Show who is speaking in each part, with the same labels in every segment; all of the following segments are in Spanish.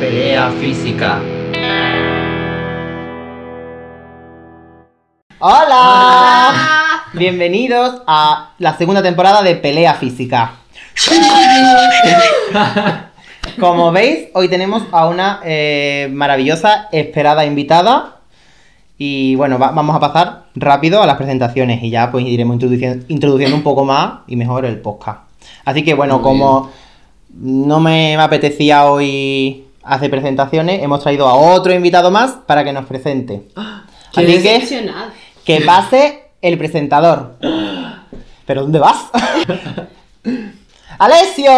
Speaker 1: Pelea física.
Speaker 2: ¡Hola! Bienvenidos a la segunda temporada de Pelea Física. Como veis, hoy tenemos a una eh, maravillosa, esperada invitada. Y bueno, va- vamos a pasar rápido a las presentaciones y ya pues iremos introduci- introduciendo un poco más y mejor el podcast. Así que bueno,
Speaker 3: Muy
Speaker 2: como no me apetecía hoy hacer presentaciones, hemos traído a otro invitado más para que nos presente.
Speaker 4: Qué
Speaker 2: Así que-
Speaker 4: decepcionada.
Speaker 2: Que pase el presentador. ¿Pero dónde vas? ¡Alesio!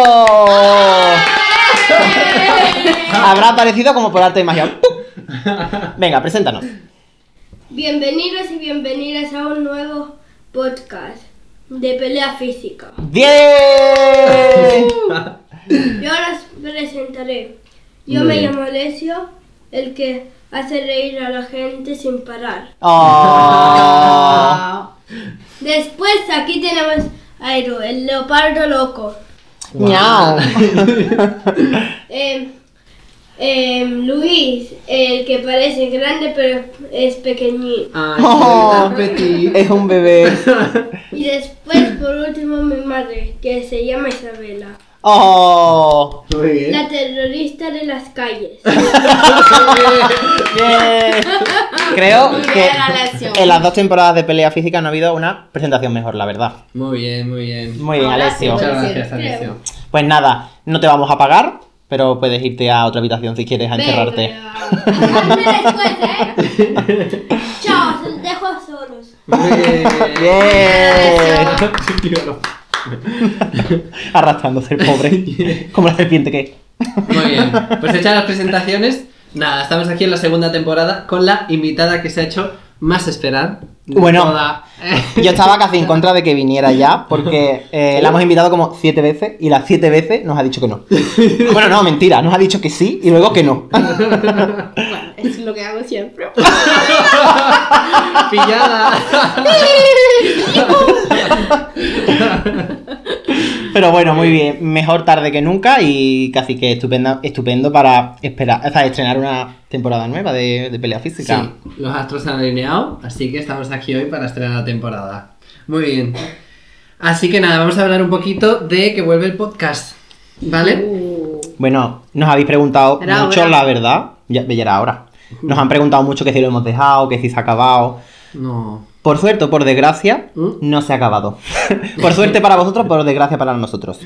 Speaker 2: Habrá aparecido como por arte de magia. ¡Pum! Venga, preséntanos.
Speaker 5: Bienvenidos y bienvenidas a un nuevo podcast de pelea física.
Speaker 2: ¡Bien!
Speaker 5: Yo los presentaré. Yo me llamo Alessio, el que hace reír a la gente sin parar.
Speaker 2: Oh.
Speaker 4: Ah.
Speaker 5: Después aquí tenemos a Eru, el leopardo loco.
Speaker 2: ¡Miau!
Speaker 5: Eh, eh, Luis, el que parece grande pero es pequeñín.
Speaker 4: Ay,
Speaker 3: ah,
Speaker 2: Oh.
Speaker 4: soy tan petit.
Speaker 2: Es un bebé.
Speaker 5: Y después por último mi madre, que se llama Isabela,
Speaker 2: ¡Oh!
Speaker 3: Muy bien.
Speaker 5: la terrorista de las calles.
Speaker 2: ¡Bien! Creo que
Speaker 4: Bien, Alessio.
Speaker 2: en las dos temporadas de pelea física no ha habido una presentación mejor, la verdad.
Speaker 3: Muy bien, muy bien.
Speaker 2: Muy bien,
Speaker 4: Ahora
Speaker 2: Alessio.
Speaker 4: sí,
Speaker 3: Muchas
Speaker 4: Puede
Speaker 3: gracias,
Speaker 4: ser,
Speaker 3: Alessio.
Speaker 2: Pues nada, no te vamos a pagar, pero puedes irte a otra habitación si quieres a encerrarte.
Speaker 5: Hazme después,
Speaker 2: pues,
Speaker 5: ¿eh? Chao, os dejo solos.
Speaker 3: Muy bien. ¿eh?
Speaker 2: ¡Bien!
Speaker 3: Tío.
Speaker 2: Arrastrándose el pobre. Como la serpiente que es.
Speaker 3: Muy bien. Pues hechas las presentaciones, nada, estamos aquí en la segunda temporada con la invitada que se ha hecho más esperar. de
Speaker 2: Bueno.
Speaker 3: toda- eh,
Speaker 2: Yo estaba casi en contra de que viniera ya, porque eh, la hemos invitado como siete veces y las siete veces nos ha dicho que no. Bueno, no, mentira, nos ha dicho que sí y luego que no.
Speaker 4: Bueno, es lo que hago siempre.
Speaker 3: Pillada.
Speaker 2: Pero bueno, muy bien, mejor tarde que nunca y casi que estupenda, estupendo para esperar, o sea, estrenar una temporada nueva de, de pelea
Speaker 3: Sí,
Speaker 2: física.
Speaker 3: los astros se han alineado, así que estamos aquí hoy para estrenar la temporada. Muy bien. Así que nada, vamos a hablar un poquito de que vuelve el podcast. ¿Vale?
Speaker 4: Uh.
Speaker 2: Bueno, nos habéis preguntado
Speaker 4: Era
Speaker 2: mucho,
Speaker 4: ahora.
Speaker 2: la verdad. Ya, ya era ahora. Nos han preguntado mucho que si lo hemos dejado, que si se ha acabado.
Speaker 3: No.
Speaker 2: Por suerte o por desgracia,
Speaker 3: ¿Mm?
Speaker 2: no se ha acabado. por suerte para vosotros, por desgracia para nosotros.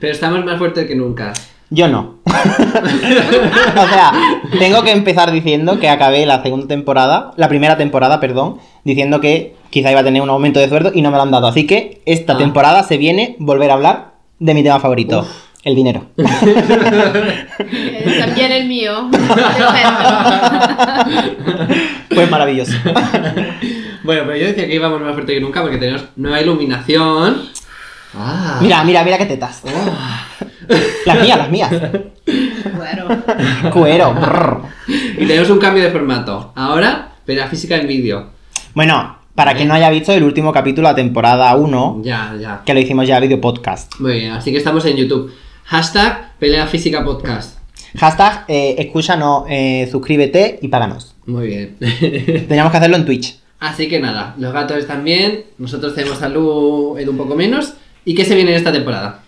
Speaker 3: Pero estamos más fuertes que nunca.
Speaker 2: Yo no. o sea, tengo que empezar diciendo que acabé la segunda temporada, la primera temporada, perdón, diciendo que quizá iba a tener un aumento de sueldo y no me lo han dado. Así que esta
Speaker 3: Ah.
Speaker 2: temporada se viene volver a hablar de mi tema favorito, el dinero.
Speaker 4: Eh, También el mío. Depende.
Speaker 2: Pues maravilloso.
Speaker 3: Bueno, pero yo decía que íbamos más fuerte que nunca porque tenemos nueva iluminación. Ah.
Speaker 2: Mira, mira, mira qué tetas. Las mías, las mías.
Speaker 4: Bueno.
Speaker 2: Cuero. brr.
Speaker 3: Y tenemos un cambio de formato. Ahora, pero física en vídeo.
Speaker 2: Bueno, para quien no haya visto el último capítulo, la temporada 1,
Speaker 3: Ya, ya.
Speaker 2: que lo hicimos ya video podcast.
Speaker 3: Muy bien, así que estamos en YouTube. Hashtag pelea física podcast.
Speaker 2: Hashtag, eh, escúchanos, eh, suscríbete y páganos.
Speaker 3: Muy bien.
Speaker 2: Teníamos que hacerlo en Twitch.
Speaker 3: así que nada, los gatos están bien. Nosotros tenemos a Lu, Edu un poco menos. ¿Y qué se viene en esta temporada?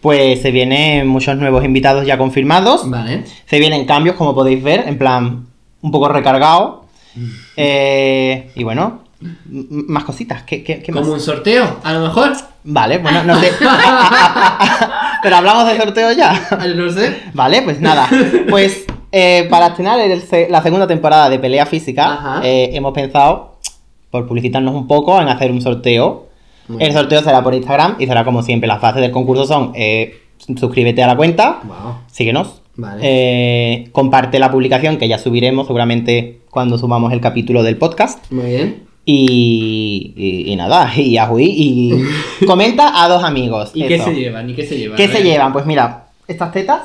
Speaker 2: Pues se vienen muchos nuevos invitados ya confirmados.
Speaker 3: Vale.
Speaker 2: Se vienen cambios, como podéis ver, en plan un poco recargado.
Speaker 3: Mm.
Speaker 2: Eh, y bueno, m- m- más cositas. ¿Qué, qué- qué más?
Speaker 3: Como un sorteo, a lo mejor.
Speaker 2: Vale, bueno, no sé. Pero hablamos de sorteo ya.
Speaker 3: Ah, No sé.
Speaker 2: Vale, pues nada. Pues eh, para estrenar el se- la segunda temporada de Pelea Física,
Speaker 3: Ajá.
Speaker 2: eh, hemos pensado, por publicitarnos un poco, en hacer un sorteo.
Speaker 3: Muy
Speaker 2: el
Speaker 3: bien.
Speaker 2: sorteo será por Instagram y será como siempre. Las fases del concurso son eh, suscríbete a la cuenta,
Speaker 3: Wow.
Speaker 2: síguenos,
Speaker 3: Vale.
Speaker 2: eh, comparte la publicación que ya subiremos seguramente cuando subamos el capítulo del podcast.
Speaker 3: Muy bien.
Speaker 2: Y, y- y nada, y a y comenta a dos amigos.
Speaker 3: ¿Y qué
Speaker 2: eso.
Speaker 3: se llevan? ¿Y qué se llevan?
Speaker 2: ¿Qué
Speaker 3: A
Speaker 2: se
Speaker 3: ver.
Speaker 2: llevan? Pues mira, estas tetas,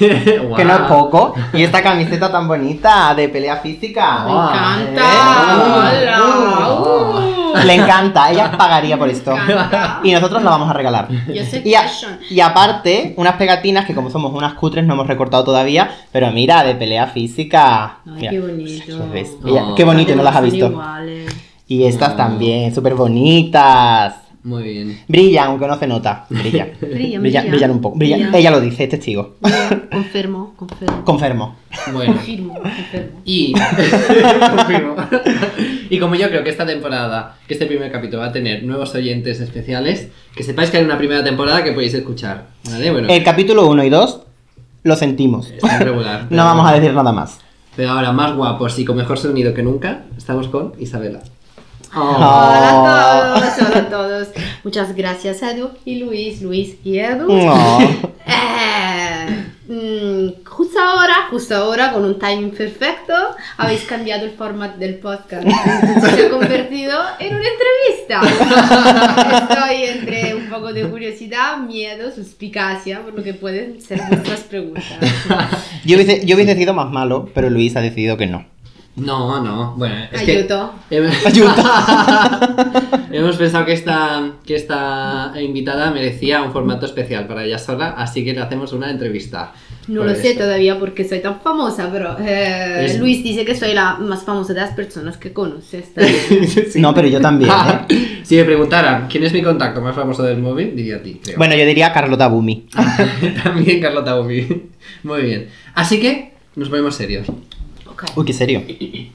Speaker 2: que
Speaker 3: Guau.
Speaker 2: no es poco, y esta camiseta tan bonita de pelea física.
Speaker 3: Guau.
Speaker 2: Eh,
Speaker 4: encanta. Hola.
Speaker 3: Uh.
Speaker 4: Uh.
Speaker 2: Le encanta, ella pagaría por esto.
Speaker 4: Me encanta.
Speaker 2: Y nosotros la vamos a regalar.
Speaker 4: Yo sé
Speaker 2: Y, a-
Speaker 4: fashion.
Speaker 2: y aparte, unas pegatinas que como somos unas cutres no hemos recortado todavía, pero mira, de pelea física.
Speaker 1: Ay,
Speaker 2: Mira,
Speaker 1: qué bonito.
Speaker 2: las ves. Mira,
Speaker 3: Oh.
Speaker 2: Qué bonito, no las ha
Speaker 1: Son
Speaker 2: visto.
Speaker 1: iguales.
Speaker 2: Y estas
Speaker 3: Oh.
Speaker 2: también, súper bonitas.
Speaker 3: Muy bien.
Speaker 2: Brilla, aunque no se nota. Brilla.
Speaker 1: Brilla,
Speaker 2: brilla,
Speaker 1: brilla.
Speaker 2: brillan un poco. Brilla.
Speaker 1: Brilla.
Speaker 2: Ella lo dice, es testigo.
Speaker 1: Mira, Confirmo, confirmo.
Speaker 2: Confirmo.
Speaker 3: Bueno.
Speaker 1: Confirmo, confirmo.
Speaker 3: Y. Confirmo. y como yo creo que esta temporada, que este primer capítulo va a tener nuevos oyentes especiales, que sepáis que hay una primera temporada que podéis escuchar. ¿Vale? Bueno,
Speaker 2: El capítulo 1 y 2 lo sentimos.
Speaker 3: está regular.
Speaker 2: No vamos a decir nada más.
Speaker 3: Pero ahora, más guapos y con mejor sonido que nunca, estamos con Isabela.
Speaker 2: Oh.
Speaker 1: Hola a todos, hola a todos. Muchas gracias Edu y Luis, Luis y Edu.
Speaker 2: No.
Speaker 1: Eh, mm, justo ahora, justo ahora, con un timing perfecto, habéis cambiado el format del podcast. Se ha convertido en una entrevista. Estoy entre un poco de curiosidad, miedo, suspicacia por lo que pueden ser vuestras preguntas.
Speaker 2: Yo hubiese, yo hubiese sido más malo, pero Luis ha decidido que no.
Speaker 3: No, no. Bueno, es que.
Speaker 1: Ayuto.
Speaker 3: Hemos- Hemos pensado que esta, que esta invitada merecía un formato especial para ella sola, así que le hacemos una entrevista.
Speaker 1: No
Speaker 3: Por
Speaker 1: lo sé
Speaker 3: eso.
Speaker 1: todavía porque soy tan famosa, pero eh,
Speaker 3: Es-
Speaker 1: Luis dice que soy la más famosa de las personas que conoces. también.
Speaker 2: No, pero yo también. ¿eh?
Speaker 3: si me preguntaran quién es mi contacto más famoso del móvil, diría a ti, creo.
Speaker 2: Bueno, yo diría Carlota Bumi.
Speaker 3: También Carlota Bumi. Muy bien. Así que nos ponemos serios.
Speaker 1: Ok.
Speaker 2: Uy, qué serio.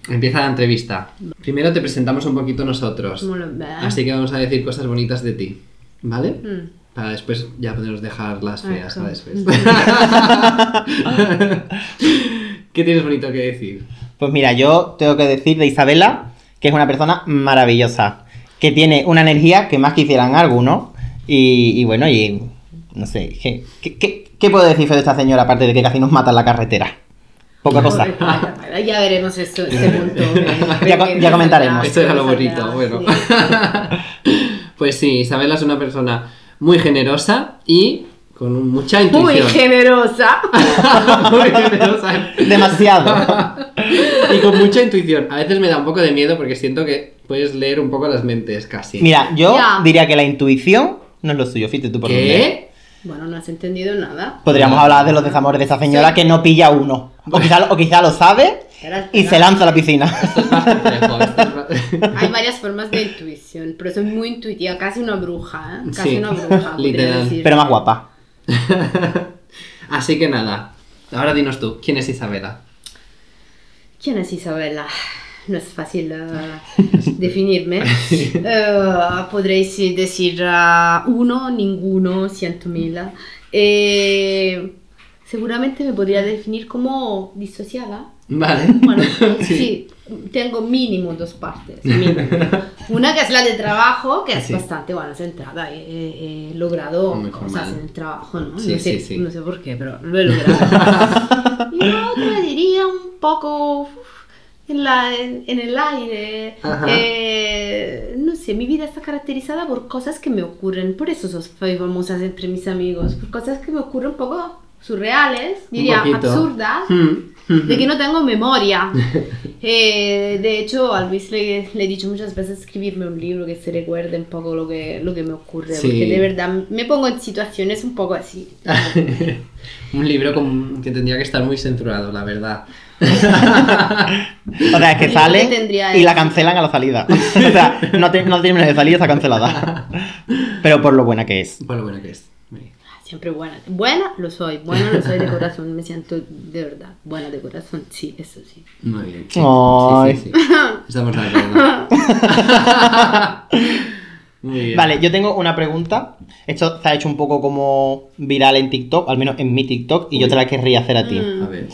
Speaker 3: Empieza la entrevista. Primero te presentamos un poquito nosotros.
Speaker 1: Muy bien.
Speaker 3: Así que vamos a decir cosas bonitas de ti. ¿Vale?
Speaker 1: Mm.
Speaker 3: Para después ya podemos dejar las
Speaker 1: Ah,
Speaker 3: feas Pues. para
Speaker 1: claro.
Speaker 3: después. ¿Qué tienes bonito que decir?
Speaker 2: Pues mira, yo tengo que decir de Isabela que es una persona maravillosa, que tiene una energía que más quisieran algunos. Y, y bueno, y no sé, ¿qué, qué- qué- qué puedo decir feo de esta señora aparte de que casi nos mata en la carretera? Poca cosa.
Speaker 1: Vale, vale, vale. Ya veremos eso, ese punto. eh,
Speaker 2: Ya co- ya comentaremos.
Speaker 3: Ah, Esto era lo bonito,
Speaker 1: saldrá,
Speaker 3: bueno.
Speaker 1: sí.
Speaker 3: Pues sí, Isabela es una persona muy generosa y con mucha
Speaker 1: Muy
Speaker 3: intuición.
Speaker 1: generosa.
Speaker 3: Muy generosa.
Speaker 2: Demasiado.
Speaker 3: Y con mucha intuición. A veces me da un poco de miedo porque siento que puedes leer un poco las mentes casi.
Speaker 2: Mira, yo
Speaker 1: Ya.
Speaker 2: diría que la intuición no es lo suyo, fíjate tú por dónde.
Speaker 3: ¿Qué?
Speaker 1: Bueno, no has entendido nada.
Speaker 2: Podríamos hablar de los desamores de esa señora que no pilla uno. O quizá, lo- o quizá lo sabe
Speaker 1: Espera,
Speaker 2: y se
Speaker 1: espera.
Speaker 2: lanza a la piscina.
Speaker 3: Esto es más complejo, esto es más-
Speaker 1: Hay varias formas de intuición, pero soy muy intuitiva, casi una bruja, ¿eh? Casi
Speaker 3: Sí,
Speaker 1: una bruja, podría
Speaker 3: literal.
Speaker 1: decir.
Speaker 2: Pero más guapa.
Speaker 3: Así que nada. Ahora dinos tú, ¿quién es Isabela?
Speaker 1: ¿Quién es Isabela? No es fácil eh, definirme. Eh, podréis decir eh, uno, ninguno, ciento mil. Eh, seguramente me podría definir como disociada.
Speaker 3: Vale.
Speaker 1: Bueno, sí. tengo mínimo dos partes. mínimo. Una que es la de trabajo, que es
Speaker 3: Sí.
Speaker 1: bastante bueno, centrada. He, he- he eh, logrado
Speaker 3: Muy
Speaker 1: cosas
Speaker 3: formal.
Speaker 1: en el trabajo, ¿no?
Speaker 3: Sí,
Speaker 1: no,
Speaker 3: sí,
Speaker 1: sé,
Speaker 3: sí.
Speaker 1: no sé por qué, pero lo he logrado. y la otra diría un poco uf, en, la- en el aire.
Speaker 3: Ajá.
Speaker 1: Eh, no sé, mi vida está caracterizada por cosas que me ocurren. Por eso soy famosa entre mis amigos. Por cosas que me ocurren un poco surreales,
Speaker 3: Un
Speaker 1: diría
Speaker 3: poquito.
Speaker 1: absurdas
Speaker 3: Mm.
Speaker 1: de que no tengo memoria. Eh, de hecho, a Luis le, le he dicho muchas veces escribirme un libro que se recuerde un poco lo que, lo que me ocurre,
Speaker 3: Sí.
Speaker 1: porque de verdad me pongo en situaciones un poco así.
Speaker 3: Un libro con- que tendría que estar muy censurado, la verdad.
Speaker 2: O sea, es que
Speaker 1: Yo
Speaker 2: sale
Speaker 1: creo que tendría
Speaker 2: y la
Speaker 1: éxito.
Speaker 2: cancelan a la salida. O sea, no, te- no tiene de salida, está cancelada. Pero por lo buena que es.
Speaker 3: Por lo bueno que es. Muy bien.
Speaker 1: Ah, Siempre buena. Buena lo soy, buena lo soy de corazón, me siento de verdad buena de corazón, sí, eso sí.
Speaker 3: Muy bien.
Speaker 2: Ay.
Speaker 3: Sí, sí, sí. Estamos de acuerdo. Muy bien.
Speaker 2: Vale, yo tengo una pregunta. Esto se ha hecho un poco como viral en TikTok, al menos en mi TikTok, y yo
Speaker 3: Uy.
Speaker 2: te la querría hacer a ti.
Speaker 1: Mm.
Speaker 3: A ver.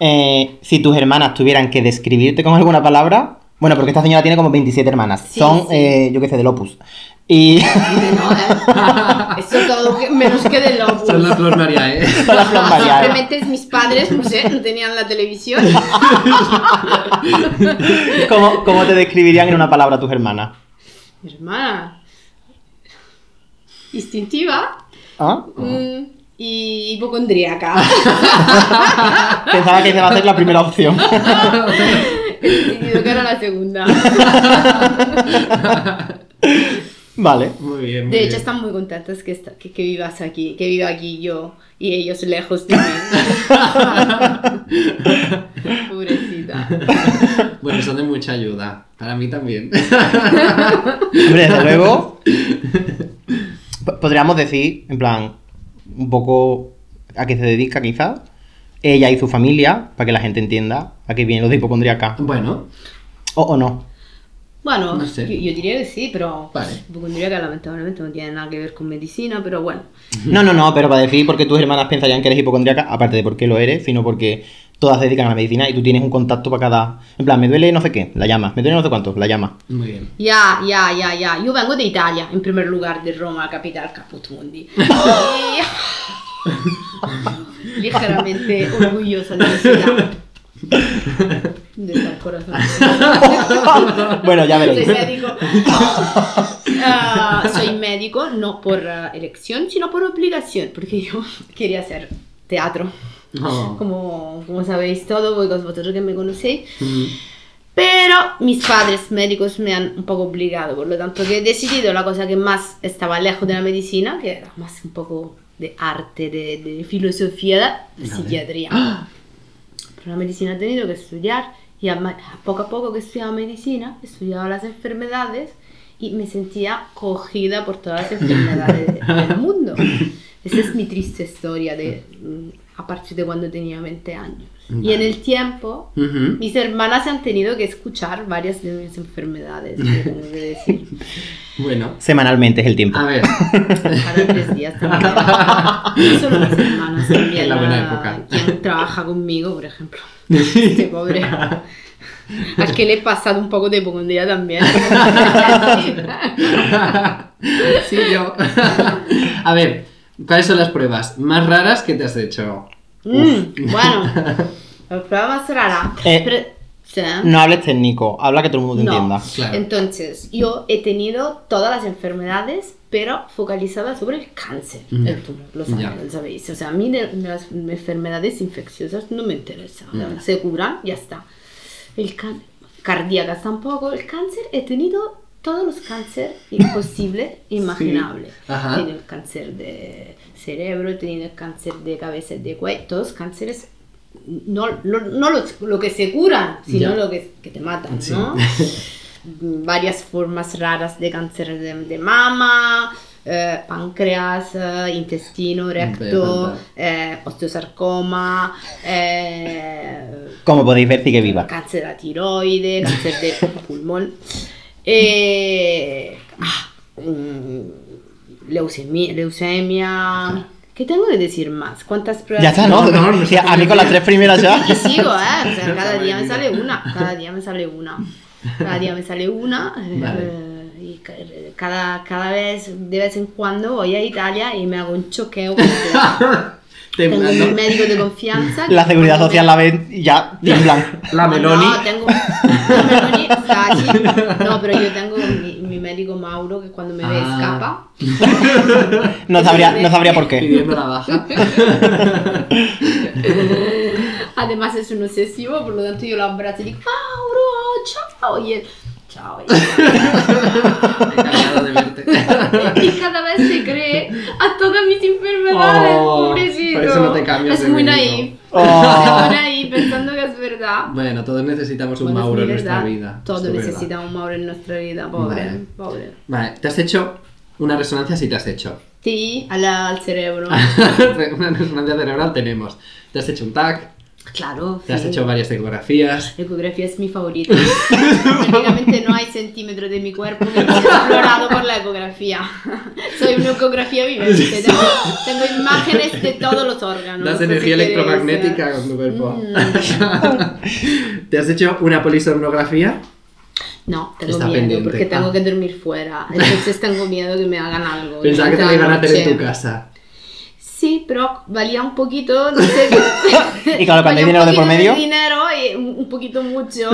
Speaker 2: Eh, si tus hermanas tuvieran que describirte con alguna palabra. Bueno, porque esta señora tiene como 27 hermanas.
Speaker 1: Sí,
Speaker 2: Son,
Speaker 1: sí.
Speaker 2: eh, yo qué sé, del Opus. Y
Speaker 1: No, eh, Eso todo que- menos que de locos.
Speaker 3: Son las flores María, ¿eh?
Speaker 2: son las flores variadas.
Speaker 1: Simplemente mis padres, no sé, no tenían la televisión.
Speaker 2: ¿Cómo, ¿Cómo te describirían en una palabra tus hermanas?
Speaker 1: Mi hermana. Instintiva.
Speaker 2: ¿Ah?
Speaker 1: mm, y hipocondríaca.
Speaker 2: Pensaba que esa iba a ser la primera opción.
Speaker 1: He decidido que era la segunda.
Speaker 2: vale.
Speaker 3: Muy bien, muy
Speaker 1: De hecho,
Speaker 3: bien.
Speaker 1: están muy contentas que, esta- que, que vivas aquí, que viva aquí yo y ellos lejos de mí. Pobrecita.
Speaker 3: Bueno, son de mucha ayuda. Para mí también.
Speaker 2: Hombre, desde luego. p- Podríamos decir, en plan, un poco a qué se dedica quizás. Ella y su familia, para que la gente entienda a qué viene lo de hipocondríaca.
Speaker 3: Bueno,
Speaker 2: O, o no.
Speaker 1: Bueno,
Speaker 3: No sé.
Speaker 1: yo, yo diría que sí, pero
Speaker 3: Vale.
Speaker 1: hipocondríaca lamentablemente no tiene nada que ver con medicina, pero bueno.
Speaker 2: No, no, no, pero para decir por qué tus hermanas pensarían que eres hipocondríaca, aparte de por qué lo eres, sino porque todas se dedican a la medicina y tú tienes un contacto para cada. En plan, me duele no sé qué, la llamas. Me duele no sé cuánto, la llamas.
Speaker 3: muy bien.
Speaker 1: Ya, ya, ya, ya. Yo vengo de Italia, en primer lugar de Roma, capital Caput Mundi. Y- Ligeramente orgullosa de mi ciudad. De estar corazón.
Speaker 2: bueno, ya
Speaker 1: Soy
Speaker 2: veréis.
Speaker 1: médico. Ah, soy médico, no por ah, elección, sino por obligación, porque yo quería hacer teatro.
Speaker 3: No.
Speaker 1: Como, como sabéis todo, vos- vosotros que me conocéis,
Speaker 3: Mm,
Speaker 1: pero mis padres médicos me han un poco obligado, por lo tanto que he decidido la cosa que más estaba lejos de la medicina, que era más un poco de arte, de, de filosofía, de
Speaker 3: Vale. ¡Ah!
Speaker 1: psiquiatría. Pero la medicina he tenido que estudiar y a, ma- a poco a poco que estudiaba medicina, estudiaba las enfermedades y me sentía cogida por todas las enfermedades de- del mundo. Esa es mi triste historia de, mm, a partir de cuando tenía 20 años. Y en
Speaker 3: Vale.
Speaker 1: el tiempo
Speaker 3: ujú.
Speaker 1: mis hermanas han tenido que escuchar varias de mis enfermedades, que tengo que decir.
Speaker 3: Bueno,
Speaker 2: Semanalmente es el tiempo.
Speaker 3: a ver.
Speaker 1: Cada tres días también. No solo mis hermanas, también
Speaker 3: En la buena
Speaker 1: ah,
Speaker 3: época.
Speaker 1: quien trabaja conmigo, por ejemplo. Este pobre. Al que le he pasado un poco de hipocondría también.
Speaker 3: sí, yo. a ver, ¿cuáles son las pruebas más raras que te has hecho?
Speaker 1: Mm, bueno, la prueba más rara.
Speaker 2: Eh,
Speaker 1: Pero- ¿sí?
Speaker 2: No hables técnico, habla que todo el mundo
Speaker 1: No.
Speaker 2: entienda.
Speaker 3: Claro.
Speaker 1: Entonces, yo he tenido todas las enfermedades, pero focalizadas sobre el cáncer.
Speaker 3: Ya.
Speaker 1: El tumor, lo sabéis,
Speaker 3: Mm. Ya.
Speaker 1: lo sabéis. O sea, a mí de, de las enfermedades infecciosas no me interesa. O sea,
Speaker 3: Ya.
Speaker 1: Se curan, ya está. El can- cardíacas tampoco. El cáncer, he tenido todos los cánceres imposibles, imaginables.
Speaker 3: Ajá.
Speaker 1: He tenido el cáncer de cerebro, he tenido el cáncer de cabeza, y de cuello, todos cánceres. No, no, no los- lo que se curan, sino
Speaker 3: Ya.
Speaker 1: lo que, que te matan.
Speaker 3: Sí.
Speaker 1: ¿no? varias formas raras de cáncer de, de mama, eh, páncreas, eh, intestino, recto,
Speaker 3: Ve,
Speaker 1: eh, osteosarcoma, eh,
Speaker 2: Como podéis ver, sigue viva.
Speaker 1: cáncer de tiroide, cáncer de pulmón, eh, ah, mm, leucemia, leucemia. ¿Qué tengo que decir más? ¿Cuántas pruebas?
Speaker 2: Ya está, ¿no?
Speaker 3: No, no, no
Speaker 2: Sí, a mí con las tres primeras ya.
Speaker 1: Y sigo, ¿eh? O sea, cada
Speaker 3: Está
Speaker 1: día me
Speaker 3: bien.
Speaker 1: sale una, cada día me sale una, cada día me sale una. eh,
Speaker 3: Vale.
Speaker 1: Y ca- cada, cada vez, de vez en cuando, voy a Italia y me hago un choqueo. completo. Tengo un
Speaker 3: Temblando.
Speaker 1: médico de confianza. que
Speaker 2: La seguridad
Speaker 1: cuando me-
Speaker 2: social la ven y ya tiemblan.
Speaker 3: La
Speaker 1: No,
Speaker 3: Meloni.
Speaker 1: No, tengo. la Meloni está aquí. No, pero yo tengo mi, mi médico Mauro que cuando me ve
Speaker 3: Ah.
Speaker 1: escapa.
Speaker 2: No sabría, no sabría por qué.
Speaker 3: Pidiendo la baja.
Speaker 1: Además es un obsesivo, por lo tanto yo lo abrazo y digo, Mauro, chao. Y él, chao. y él,
Speaker 3: Encantado de verte.
Speaker 1: y cada vez se cree a todas mis enfermedades,
Speaker 3: Oh,
Speaker 1: pobrecito.
Speaker 3: por eso no te cambias
Speaker 1: es
Speaker 3: de
Speaker 1: muy
Speaker 3: médico.
Speaker 1: naif.
Speaker 2: Oh.
Speaker 1: Es muy naif pensando que es verdad.
Speaker 3: Bueno, todos necesitamos un
Speaker 1: Bueno, es
Speaker 3: Mauro
Speaker 1: mi
Speaker 3: en nuestra
Speaker 1: verdad.
Speaker 3: vida.
Speaker 1: Todos
Speaker 3: es tu verdad.
Speaker 1: necesitan un Mauro en nuestra vida, pobre,
Speaker 3: Vale.
Speaker 1: pobre.
Speaker 3: Vale, ¿te has hecho una resonancia? Sí, te has hecho.
Speaker 1: Sí, al, al cerebro.
Speaker 3: una resonancia cerebral tenemos. Te has hecho un TAC,
Speaker 1: claro.
Speaker 3: te has
Speaker 1: sí.
Speaker 3: hecho varias ecografías.
Speaker 1: La ecografía es mi favorita. Prácticamente no hay centímetro de mi cuerpo que no sea explorado por la ecografía. Soy una ecografía vivente. Tengo, tengo imágenes de todos los órganos.
Speaker 3: Das
Speaker 1: así
Speaker 3: energía
Speaker 1: que,
Speaker 3: electromagnética con tu cuerpo.
Speaker 1: Mm.
Speaker 3: ¿Te has hecho una polisomnografía?
Speaker 1: No, tengo
Speaker 3: Está
Speaker 1: miedo
Speaker 3: pendiente.
Speaker 1: porque tengo
Speaker 3: Ah.
Speaker 1: que dormir fuera. Entonces tengo miedo que me hagan algo.
Speaker 3: Pensaba que te
Speaker 1: Durante
Speaker 3: la
Speaker 1: la
Speaker 3: iban a tener en
Speaker 1: noche.
Speaker 3: tu casa.
Speaker 1: Sí, sí, pero valía un poquito, no sé.
Speaker 2: Y claro, cuando hay
Speaker 1: valía
Speaker 2: dinero de
Speaker 1: un poquito
Speaker 2: por medio.
Speaker 1: de dinero y un un poquito mucho,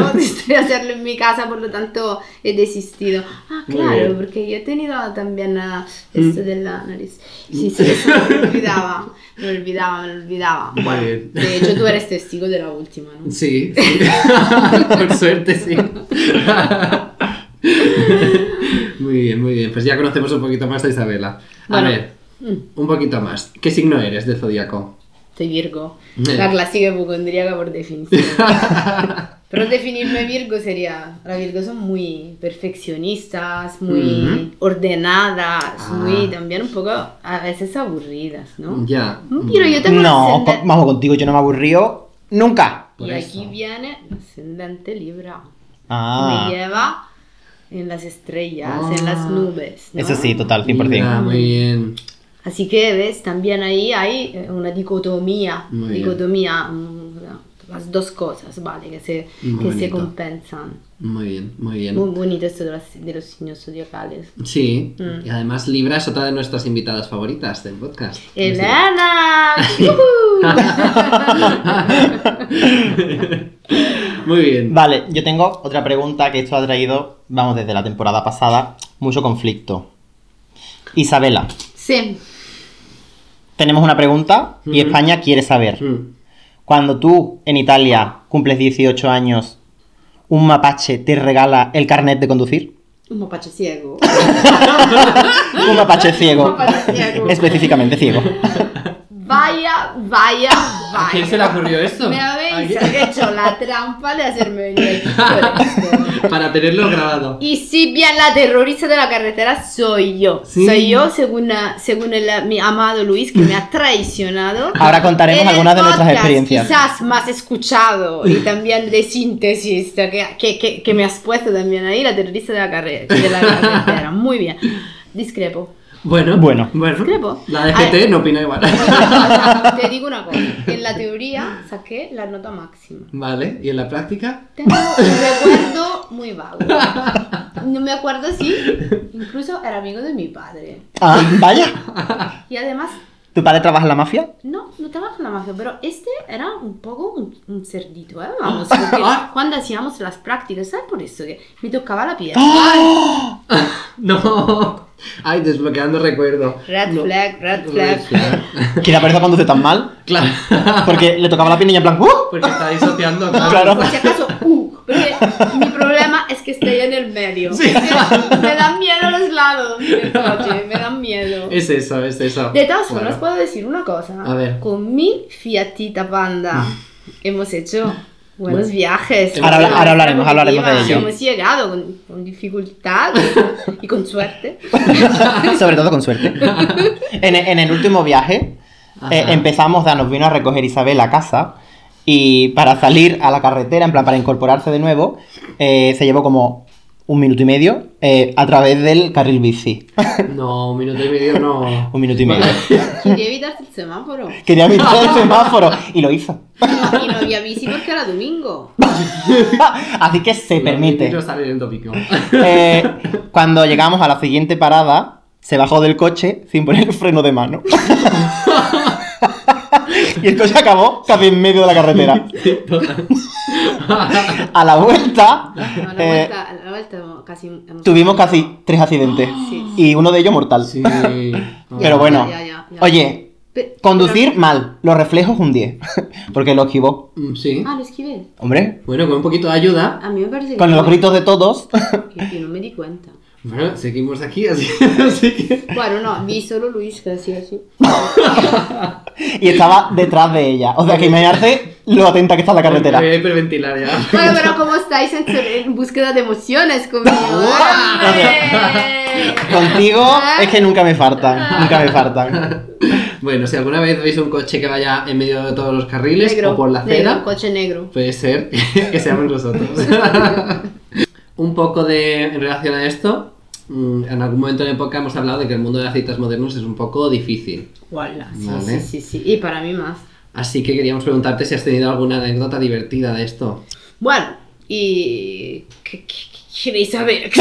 Speaker 1: de hacerlo en mi casa, por lo tanto he desistido. Ah,
Speaker 3: Muy
Speaker 1: claro,
Speaker 3: bien. Mm.
Speaker 1: porque yo he tenido también ah, esto de la nariz. Sí, sí, eso me lo olvidaba, me lo olvidaba, me lo olvidaba.
Speaker 3: Muy bien.
Speaker 1: De hecho, tú eres testigo de la última, ¿no?
Speaker 3: Sí, sí. por suerte sí. muy bien, muy bien. Pues ya conocemos un poquito más a Isabela. A
Speaker 1: Bueno.
Speaker 3: ver,
Speaker 1: Mm,
Speaker 3: un poquito más. ¿Qué signo eres de zodiaco?
Speaker 1: Soy Virgo,
Speaker 3: Eh.
Speaker 1: la clásica hipocondríaca por definición. Pero definirme Virgo sería, las Virgo son muy perfeccionistas, muy
Speaker 3: Ujú.
Speaker 1: ordenadas,
Speaker 3: Ah.
Speaker 1: muy también un poco a veces aburridas, ¿no? Mm,
Speaker 3: Ya.
Speaker 1: Pero yo tengo
Speaker 2: No,
Speaker 1: ascendente-
Speaker 2: co- vamos contigo, yo no me aburrío nunca.
Speaker 3: por
Speaker 1: Y
Speaker 3: eso.
Speaker 1: aquí viene ascendente Libra,
Speaker 2: Ah,
Speaker 1: me lleva en las estrellas,
Speaker 3: Ah.
Speaker 1: en las nubes. ¿no?
Speaker 2: eso sí, total, 100%.
Speaker 3: Mira, muy bien.
Speaker 1: Así que ves, también ahí hay eh, una dicotomía,
Speaker 3: Muy bien.
Speaker 1: dicotomía, mm, las dos cosas, ¿vale? Que se,
Speaker 3: Muy
Speaker 1: que se
Speaker 3: bonito.
Speaker 1: compensan.
Speaker 3: Muy bien, muy bien.
Speaker 1: Muy bonito esto de, las- de los signos zodiacales.
Speaker 3: Sí,
Speaker 1: Mm.
Speaker 3: y además Libra es otra de nuestras invitadas favoritas del podcast.
Speaker 1: ¡Elena! ¡Yujú!
Speaker 3: Muy bien.
Speaker 2: Vale, yo tengo otra pregunta que esto ha traído, vamos, desde la temporada pasada, mucho conflicto. Isabela,
Speaker 1: sí,
Speaker 2: tenemos una pregunta y
Speaker 3: Ujú.
Speaker 2: España quiere saber.
Speaker 3: Mm.
Speaker 2: Cuando tú en Italia cumples 18 años, ¿un mapache te regala el carnet de conducir?
Speaker 1: un mapache ciego.
Speaker 2: Un mapache ciego.
Speaker 1: Un mapache ciego.
Speaker 2: Específicamente ciego.
Speaker 1: Vaya, vaya, vaya.
Speaker 3: ¿A quién se le ocurrió esto?
Speaker 1: Me habéis
Speaker 3: ¿A quién?
Speaker 1: hecho la trampa de hacerme venir aquí por esto.
Speaker 3: Para tenerlo grabado.
Speaker 1: Y si bien la terrorista de la carretera soy yo.
Speaker 3: Sí.
Speaker 1: Soy yo, según, la- según el- mi amado Luis, que me ha traicionado.
Speaker 2: Ahora contaremos
Speaker 1: En el
Speaker 2: algunas de nuestras
Speaker 1: podcast
Speaker 2: experiencias.
Speaker 1: Quizás más escuchado y también de síntesis de que, que- que- que me has puesto también ahí, la terrorista de la, carre- de la carretera. Muy bien. Discrepo.
Speaker 3: Bueno,
Speaker 2: Bueno.
Speaker 1: Discrepo.
Speaker 3: La DGT no opina igual.
Speaker 1: Te digo una cosa. En la teoría saqué la nota máxima.
Speaker 3: vale, ¿y en la práctica?
Speaker 1: Tengo un recuerdo muy vago. No me acuerdo si incluso era amigo de mi padre.
Speaker 2: Ah, vaya.
Speaker 1: Y además,
Speaker 2: ¿Tu padre trabaja en la mafia?
Speaker 1: no, no trabajo en la mafia, pero este era un poco un, un cerdito, ¿eh? Vamos, porque
Speaker 3: Ah.
Speaker 1: cuando hacíamos las prácticas, ¿sabes por eso? Que me tocaba la
Speaker 3: Ah.
Speaker 1: piel.
Speaker 3: No. Ay, desbloqueando recuerdo.
Speaker 1: Red
Speaker 3: No. este,
Speaker 1: flag, red flag.
Speaker 2: Quizá por eso conduce tan mal.
Speaker 3: Claro.
Speaker 2: Porque le tocaba la pina y en plan, ¡uh!
Speaker 3: Porque está disociando.
Speaker 1: No,
Speaker 2: Claro.
Speaker 1: por si acaso, uh, porque mi problema es que estoy en el medio.
Speaker 3: Sí.
Speaker 1: Me dan miedo los lados del coche, me dan miedo.
Speaker 3: Es eso, es eso.
Speaker 1: De todas
Speaker 3: Bueno.
Speaker 1: formas, puedo decir una cosa.
Speaker 3: A ver.
Speaker 1: Con mi Fiatita Panda hemos hecho buenos viajes.
Speaker 3: Ahora habla- ahora
Speaker 2: hablaremos, hablaremos de ello.
Speaker 1: Hemos llegado con, con dificultad y con suerte.
Speaker 2: Sobre todo con suerte. En, en el último viaje
Speaker 3: Ajá.
Speaker 2: eh, empezamos, da, nos vino a recoger Isabel a casa y para salir a la carretera, en plan para incorporarse de nuevo, eh, se llevó como un minuto y medio eh, a través del carril bici.
Speaker 1: pues-
Speaker 3: No, un minuto y medio no.
Speaker 2: Un minuto y medio.
Speaker 1: Quería evitarse el semáforo.
Speaker 2: Quería evitar el semáforo y lo hizo.
Speaker 1: No, y no había bici porque era domingo.
Speaker 2: Así que se permite.
Speaker 3: Quiero salir en tópico.
Speaker 2: Eh, cuando llegamos a la siguiente parada, se bajó del coche sin poner el freno de mano. y el coche acabó casi en medio de la carretera. A la vuelta,
Speaker 1: No, a la,
Speaker 2: eh,
Speaker 1: vuelta, a la vuelta casi. hemos-
Speaker 2: tuvimos casi tres accidentes.
Speaker 1: Sí.
Speaker 2: Y uno de ellos mortal.
Speaker 3: Sí.
Speaker 2: Pero bueno,
Speaker 1: Ya, ya, ya.
Speaker 2: oye,
Speaker 1: Pe-
Speaker 2: conducir mal. Los reflejos un 10. Porque lo esquivó.
Speaker 3: Mm, Sí.
Speaker 1: Ah, lo esquivé.
Speaker 2: Hombre,
Speaker 3: Bueno, con un poquito de ayuda.
Speaker 1: A mí me parece que.
Speaker 2: con los gritos de todos.
Speaker 1: Yo, yo no me di cuenta.
Speaker 3: Bueno, seguimos aquí, así, así que.
Speaker 1: Bueno, no, vi solo Luis que hacía así.
Speaker 2: y estaba detrás de ella. O sea que imaginarse lo atenta que está la carretera.
Speaker 3: Me voy a hiperventilar ya.
Speaker 1: Bueno, pero ¿cómo estáis en, en búsqueda de emociones conmigo? ¡Hombre!
Speaker 2: Contigo
Speaker 1: ¿Eh?
Speaker 2: es que nunca me faltan, nunca me faltan.
Speaker 3: Bueno, si alguna vez veis un coche que vaya en medio de todos los carriles
Speaker 1: Negro,
Speaker 3: o por la
Speaker 1: negro,
Speaker 3: acera,
Speaker 1: un coche negro.
Speaker 3: puede ser que seamos nosotros. un poco de en relación a esto, mm, en algún momento en la época hemos hablado de que el mundo de las citas modernos es un poco difícil.
Speaker 1: Guala, sí,
Speaker 3: Vale.
Speaker 1: sí, sí, sí. Y para mí más.
Speaker 3: Así que queríamos preguntarte si has tenido alguna anécdota divertida de esto.
Speaker 1: Bueno, y... ¿Qué, qué- qué queréis saber?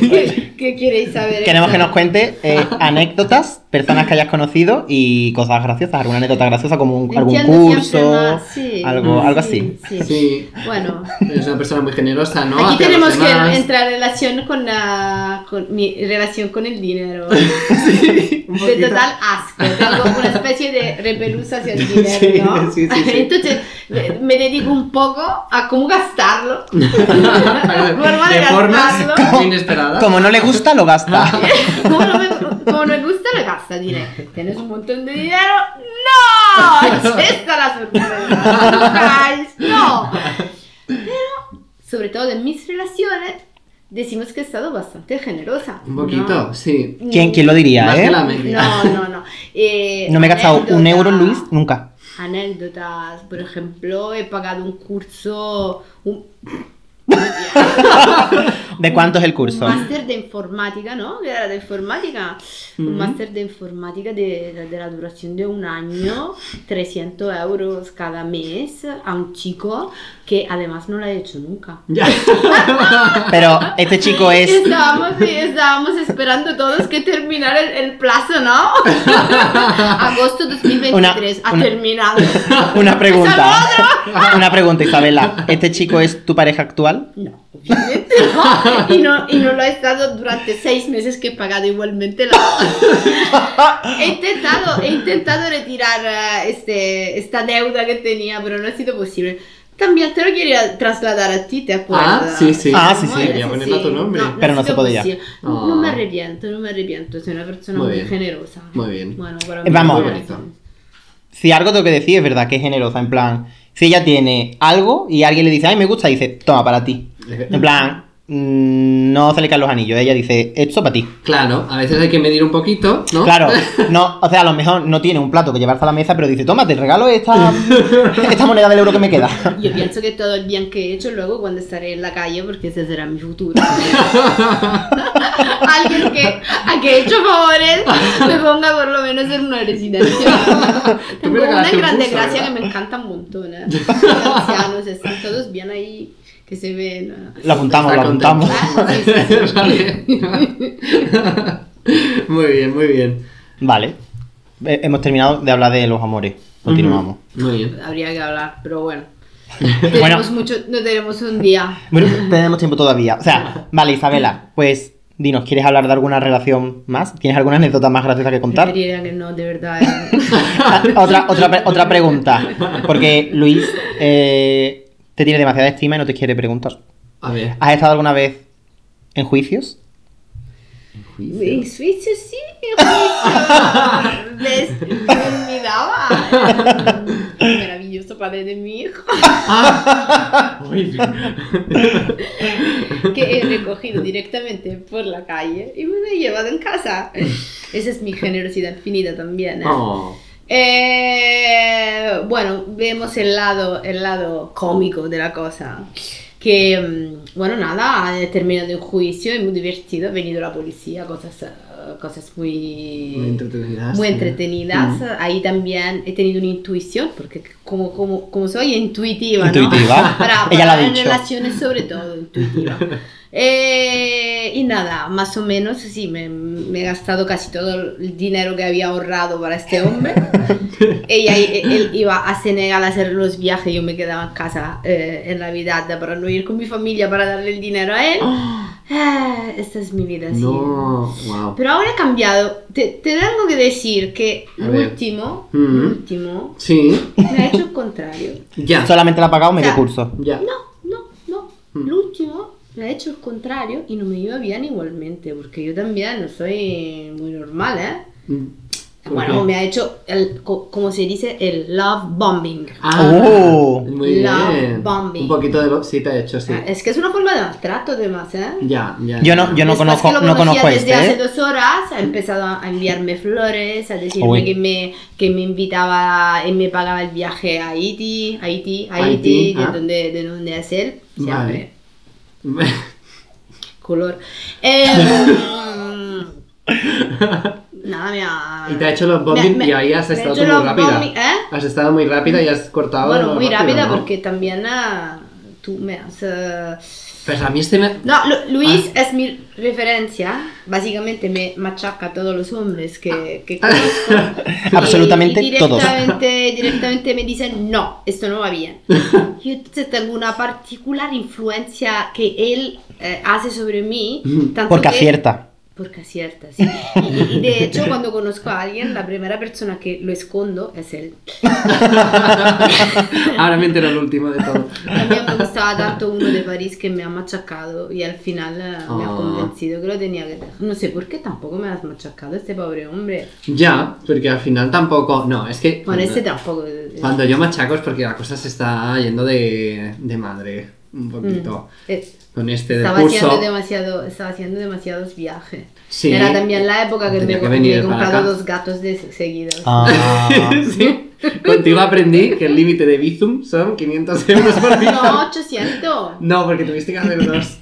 Speaker 1: ¿Qué, qué queréis saber?
Speaker 2: Queremos que nos
Speaker 1: exactamente?
Speaker 2: cuente eh, anécdotas, personas que hayas conocido y cosas graciosas, alguna anécdota graciosa como un- algún
Speaker 1: Entiendo siempre
Speaker 2: curso,
Speaker 1: más, sí.
Speaker 2: algo,
Speaker 3: Mm.
Speaker 2: algo así.
Speaker 1: Sí, sí.
Speaker 3: Sí,
Speaker 1: Bueno,
Speaker 3: es una persona muy generosa, ¿no?
Speaker 1: aquí
Speaker 3: Hacia
Speaker 1: tenemos
Speaker 3: los
Speaker 1: que
Speaker 3: demás.
Speaker 1: entrar en relación con, la, con mi relación con el dinero.
Speaker 3: Un
Speaker 1: de
Speaker 3: poquito.
Speaker 1: total asco, tengo una especie de repelús hacia el dinero,
Speaker 3: Sí,
Speaker 1: ¿no?
Speaker 3: sí, sí, sí.
Speaker 1: Entonces me- me dedico un poco a cómo gastarlo. Forma de
Speaker 3: de formas
Speaker 1: gastarlo.
Speaker 3: inesperadas.
Speaker 2: Como no le gusta, lo gasta.
Speaker 3: Ah.
Speaker 1: Como no, me, como no me gusta, me gasta, diré. ¿Tienes un montón de dinero? ¡No! Es esta la sorpresa. Surprise, ¡No! Pero, sobre todo en mis relaciones, decimos que he estado bastante generosa.
Speaker 3: Un poquito,
Speaker 1: ¿no?
Speaker 3: sí.
Speaker 2: ¿Quién, quién lo diría,
Speaker 3: Más que
Speaker 2: eh?
Speaker 3: la media.
Speaker 1: No, no, no. Eh,
Speaker 2: No me he gastado un
Speaker 1: anécdota-
Speaker 2: euro, Luis, nunca.
Speaker 1: anécdotas. Por ejemplo, he pagado un curso, un,
Speaker 2: ¿De cuánto es el
Speaker 1: un
Speaker 2: curso?
Speaker 1: máster de informática, ¿no? Que Era de informática. Un
Speaker 3: Ujú.
Speaker 1: máster de informática de, de- de la duración de un año, 300 euros cada mes a un chico que además no lo ha hecho nunca.
Speaker 3: Ya.
Speaker 2: Pero este chico es...
Speaker 1: Estábamos, sí, estábamos esperando todos que terminara el, el plazo, ¿no? Agosto 2023
Speaker 2: Una-
Speaker 1: ha
Speaker 2: una-
Speaker 1: terminado.
Speaker 2: Una pregunta.
Speaker 1: ¡Es al
Speaker 2: Una pregunta, Isabela. ¿Este chico es tu pareja actual?
Speaker 1: No, obviamente no. Y no, y no lo he estado durante seis meses que he pagado igualmente la... He intentado, he intentado retirar eh, este, esta deuda que tenía, pero no ha sido posible. También te lo quería trasladar a ti, ¿te acuerdas?
Speaker 3: Ah, sí, sí.
Speaker 2: Ah, sí, sí.
Speaker 3: Quería ponerle a tu nombre.
Speaker 2: Pero no
Speaker 1: ha sido
Speaker 2: se podía.
Speaker 1: posible. No, no
Speaker 3: Ah.
Speaker 1: me arrepiento, no me arrepiento. Soy una persona
Speaker 3: Muy
Speaker 1: muy,
Speaker 3: bien.
Speaker 1: generosa.
Speaker 3: Muy bien.
Speaker 1: Bueno, para
Speaker 2: Eh, vamos.
Speaker 1: mí,
Speaker 3: Muy bonito.
Speaker 2: Si algo tengo que decir, es verdad que es generosa, en plan... Si ella tiene algo y alguien le dice, ay, me gusta, dice, toma, para ti. En plan, mm, no se le caen los anillos. Ella dice, esto para ti.
Speaker 3: Claro, a veces hay que medir un poquito, ¿no?
Speaker 2: Claro, no, o sea, a lo mejor no tiene un plato que llevarse a la mesa, pero dice, toma, te regalo esta, esta moneda del euro que me queda.
Speaker 1: Yo pienso que todo el bien que he hecho luego cuando estaré en la calle, porque ese será mi futuro. Alguien que, a que he hecho favores me ponga por lo menos en una residencia.
Speaker 3: Tú
Speaker 1: Tengo
Speaker 3: me
Speaker 1: una
Speaker 3: regalaste un
Speaker 1: gran
Speaker 3: buzo,
Speaker 1: desgracia
Speaker 3: ¿verdad?
Speaker 1: que me encanta un montón. ¿eh? Los ancianos están todos bien ahí, que se ven. ¿eh?
Speaker 2: Lo apuntamos, lo
Speaker 3: Está
Speaker 2: apuntamos.
Speaker 1: Ah,
Speaker 3: contento. Vale. muy bien, muy bien.
Speaker 2: Vale, Eh, hemos terminado de hablar de los amores. Continuamos.
Speaker 3: Ujú, Muy bien.
Speaker 1: Habría que hablar, pero bueno. Tenemos mucho, no tenemos un día.
Speaker 2: Bueno, tenemos tiempo todavía. O sea, vale, Isabela, pues dinos, ¿quieres hablar de alguna relación más? ¿Tienes alguna anécdota más graciosa que contar?
Speaker 1: Preferiría que no, de verdad. ¿eh?
Speaker 2: Ah, otra, otra, pre- otra pregunta, porque Luis eh, te tiene demasiada estima y no te quiere preguntar.
Speaker 3: A ver.
Speaker 2: ¿Has estado alguna vez en juicios?
Speaker 1: En Suiza sí, en Suiza. ¿Ves? Me olvidaba. El Maravilloso padre de mi hijo.
Speaker 3: Muy bien.
Speaker 1: Que he recogido directamente por la calle y me lo he llevado en casa. Esa es mi generosidad infinita también. ¿eh?
Speaker 3: Oh.
Speaker 1: Eh, bueno, vemos el lado, el lado cómico de la cosa. Que, mm, bueno, nada, ha terminado el juicio, es muy divertido, ha venido la policía, cosas, eh, cosas muy...
Speaker 3: Muy
Speaker 2: Ah,
Speaker 3: entretenidas.
Speaker 1: muy entretenidas.
Speaker 3: Mm.
Speaker 1: Ahí también he tenido una intuición, porque como, como, como soy intuitiva, ¿no?
Speaker 2: Intuitiva.
Speaker 1: Para,
Speaker 2: Ella la ha
Speaker 1: para en
Speaker 2: dicho.
Speaker 1: relaciones sobre todo intuitiva. Eh, y nada, más o menos, sí, me, me he gastado casi todo el dinero que había ahorrado para este hombre. Ella y- él iba a Senegal a hacer los viajes, yo me quedaba en casa eh, en Navidad para no ir con mi familia para darle el dinero a él. Ah, esta es mi vida, sí.
Speaker 3: No, wow.
Speaker 1: Pero ahora he cambiado. Te, te tengo que decir que
Speaker 3: A
Speaker 1: lo
Speaker 3: ver.
Speaker 1: último,
Speaker 3: Mm.
Speaker 1: lo último,
Speaker 3: Sí,
Speaker 1: me ha hecho el contrario.
Speaker 3: ya.
Speaker 2: Solamente la ha pagado medio
Speaker 1: Ya.
Speaker 2: curso.
Speaker 3: Ya.
Speaker 1: No, no, no.
Speaker 3: Mm.
Speaker 1: Lo último me ha hecho el contrario y no me iba bien igualmente, porque yo también no soy muy normal, ¿eh?
Speaker 3: Mm.
Speaker 1: Bueno,
Speaker 3: Ok.
Speaker 1: me ha hecho, el, co- como se dice, el love bombing.
Speaker 3: Ah,
Speaker 2: Oh.
Speaker 3: muy
Speaker 1: Love
Speaker 3: bien.
Speaker 1: bombing.
Speaker 3: Un poquito de lo... Sí, te ha hecho, sí.
Speaker 1: Ah, Es que es una forma de maltrato, además, ¿eh?
Speaker 3: Ya, ya.
Speaker 2: Yo no, yo no
Speaker 1: Después
Speaker 2: conozco,
Speaker 1: que lo
Speaker 2: no
Speaker 1: conocía
Speaker 2: conozco
Speaker 1: desde
Speaker 2: este.
Speaker 1: hace
Speaker 2: ¿eh?
Speaker 1: dos horas, ha empezado a enviarme flores, a
Speaker 2: Uy.
Speaker 1: decirme que me, que me invitaba y me pagaba el viaje a Haití, Haití,
Speaker 3: Haití,
Speaker 1: Haití, de,
Speaker 3: ah.
Speaker 1: donde, de donde es él, siempre,
Speaker 3: Vale.
Speaker 1: color. Em, nada, me ha...
Speaker 3: Y te ha hecho los
Speaker 1: me-
Speaker 3: bombing
Speaker 1: me-
Speaker 3: y ahí has
Speaker 1: me ha
Speaker 3: estado
Speaker 1: hecho
Speaker 3: tú muy
Speaker 1: los
Speaker 3: rápida.
Speaker 1: bombing, ¿eh?
Speaker 3: Has estado muy rápida y has cortado.
Speaker 1: Bueno, muy
Speaker 3: rápido,
Speaker 1: rápida
Speaker 3: ¿no?
Speaker 1: porque también ah, tú me has eh,
Speaker 3: Pues a mí este me...
Speaker 1: No, Lu- Luis
Speaker 2: Ah.
Speaker 1: es mi referencia. Básicamente me machaca a todos los hombres que, que conozco. y-
Speaker 2: Ah. Absolutamente
Speaker 1: y
Speaker 2: todos.
Speaker 1: directamente, directamente me dicen, no, esto no va bien. Yo entonces tengo una particular influencia que él eh, hace sobre mí.
Speaker 3: Mm,
Speaker 1: tanto
Speaker 2: Porque
Speaker 1: que-
Speaker 2: acierta.
Speaker 1: Porque acierta, sí. Y, y de hecho, cuando conozco a alguien, la primera persona que lo escondo es él.
Speaker 3: Ahora me entero el último de todo.
Speaker 1: A mí me gustaba tanto uno de París que me ha machacado y al final eh, me ha
Speaker 3: Ah.
Speaker 1: convencido que lo tenía que dejar. No sé por qué tampoco me has machacado este pobre hombre.
Speaker 3: Ya, porque al final tampoco... No, es que...
Speaker 1: Bueno, este
Speaker 3: cuando,
Speaker 1: tampoco.
Speaker 3: cuando yo machaco es porque la cosa se está yendo de, de madre. Un poquito.
Speaker 1: Eh,
Speaker 3: Con este de
Speaker 1: estaba,
Speaker 3: curso...
Speaker 1: haciendo demasiado, estaba haciendo demasiados viajes.
Speaker 3: Sí.
Speaker 1: Era también la época que
Speaker 3: Tenía
Speaker 1: me,
Speaker 3: que
Speaker 1: me
Speaker 3: venir
Speaker 1: he
Speaker 3: para
Speaker 1: comprado
Speaker 3: acá.
Speaker 1: dos gatos de seguidos.
Speaker 2: Ah,
Speaker 3: Sí. Contigo aprendí que el límite de Bizum son 500 euros por
Speaker 1: No,
Speaker 3: día.
Speaker 1: 800.
Speaker 3: No, porque tuviste que hacer dos.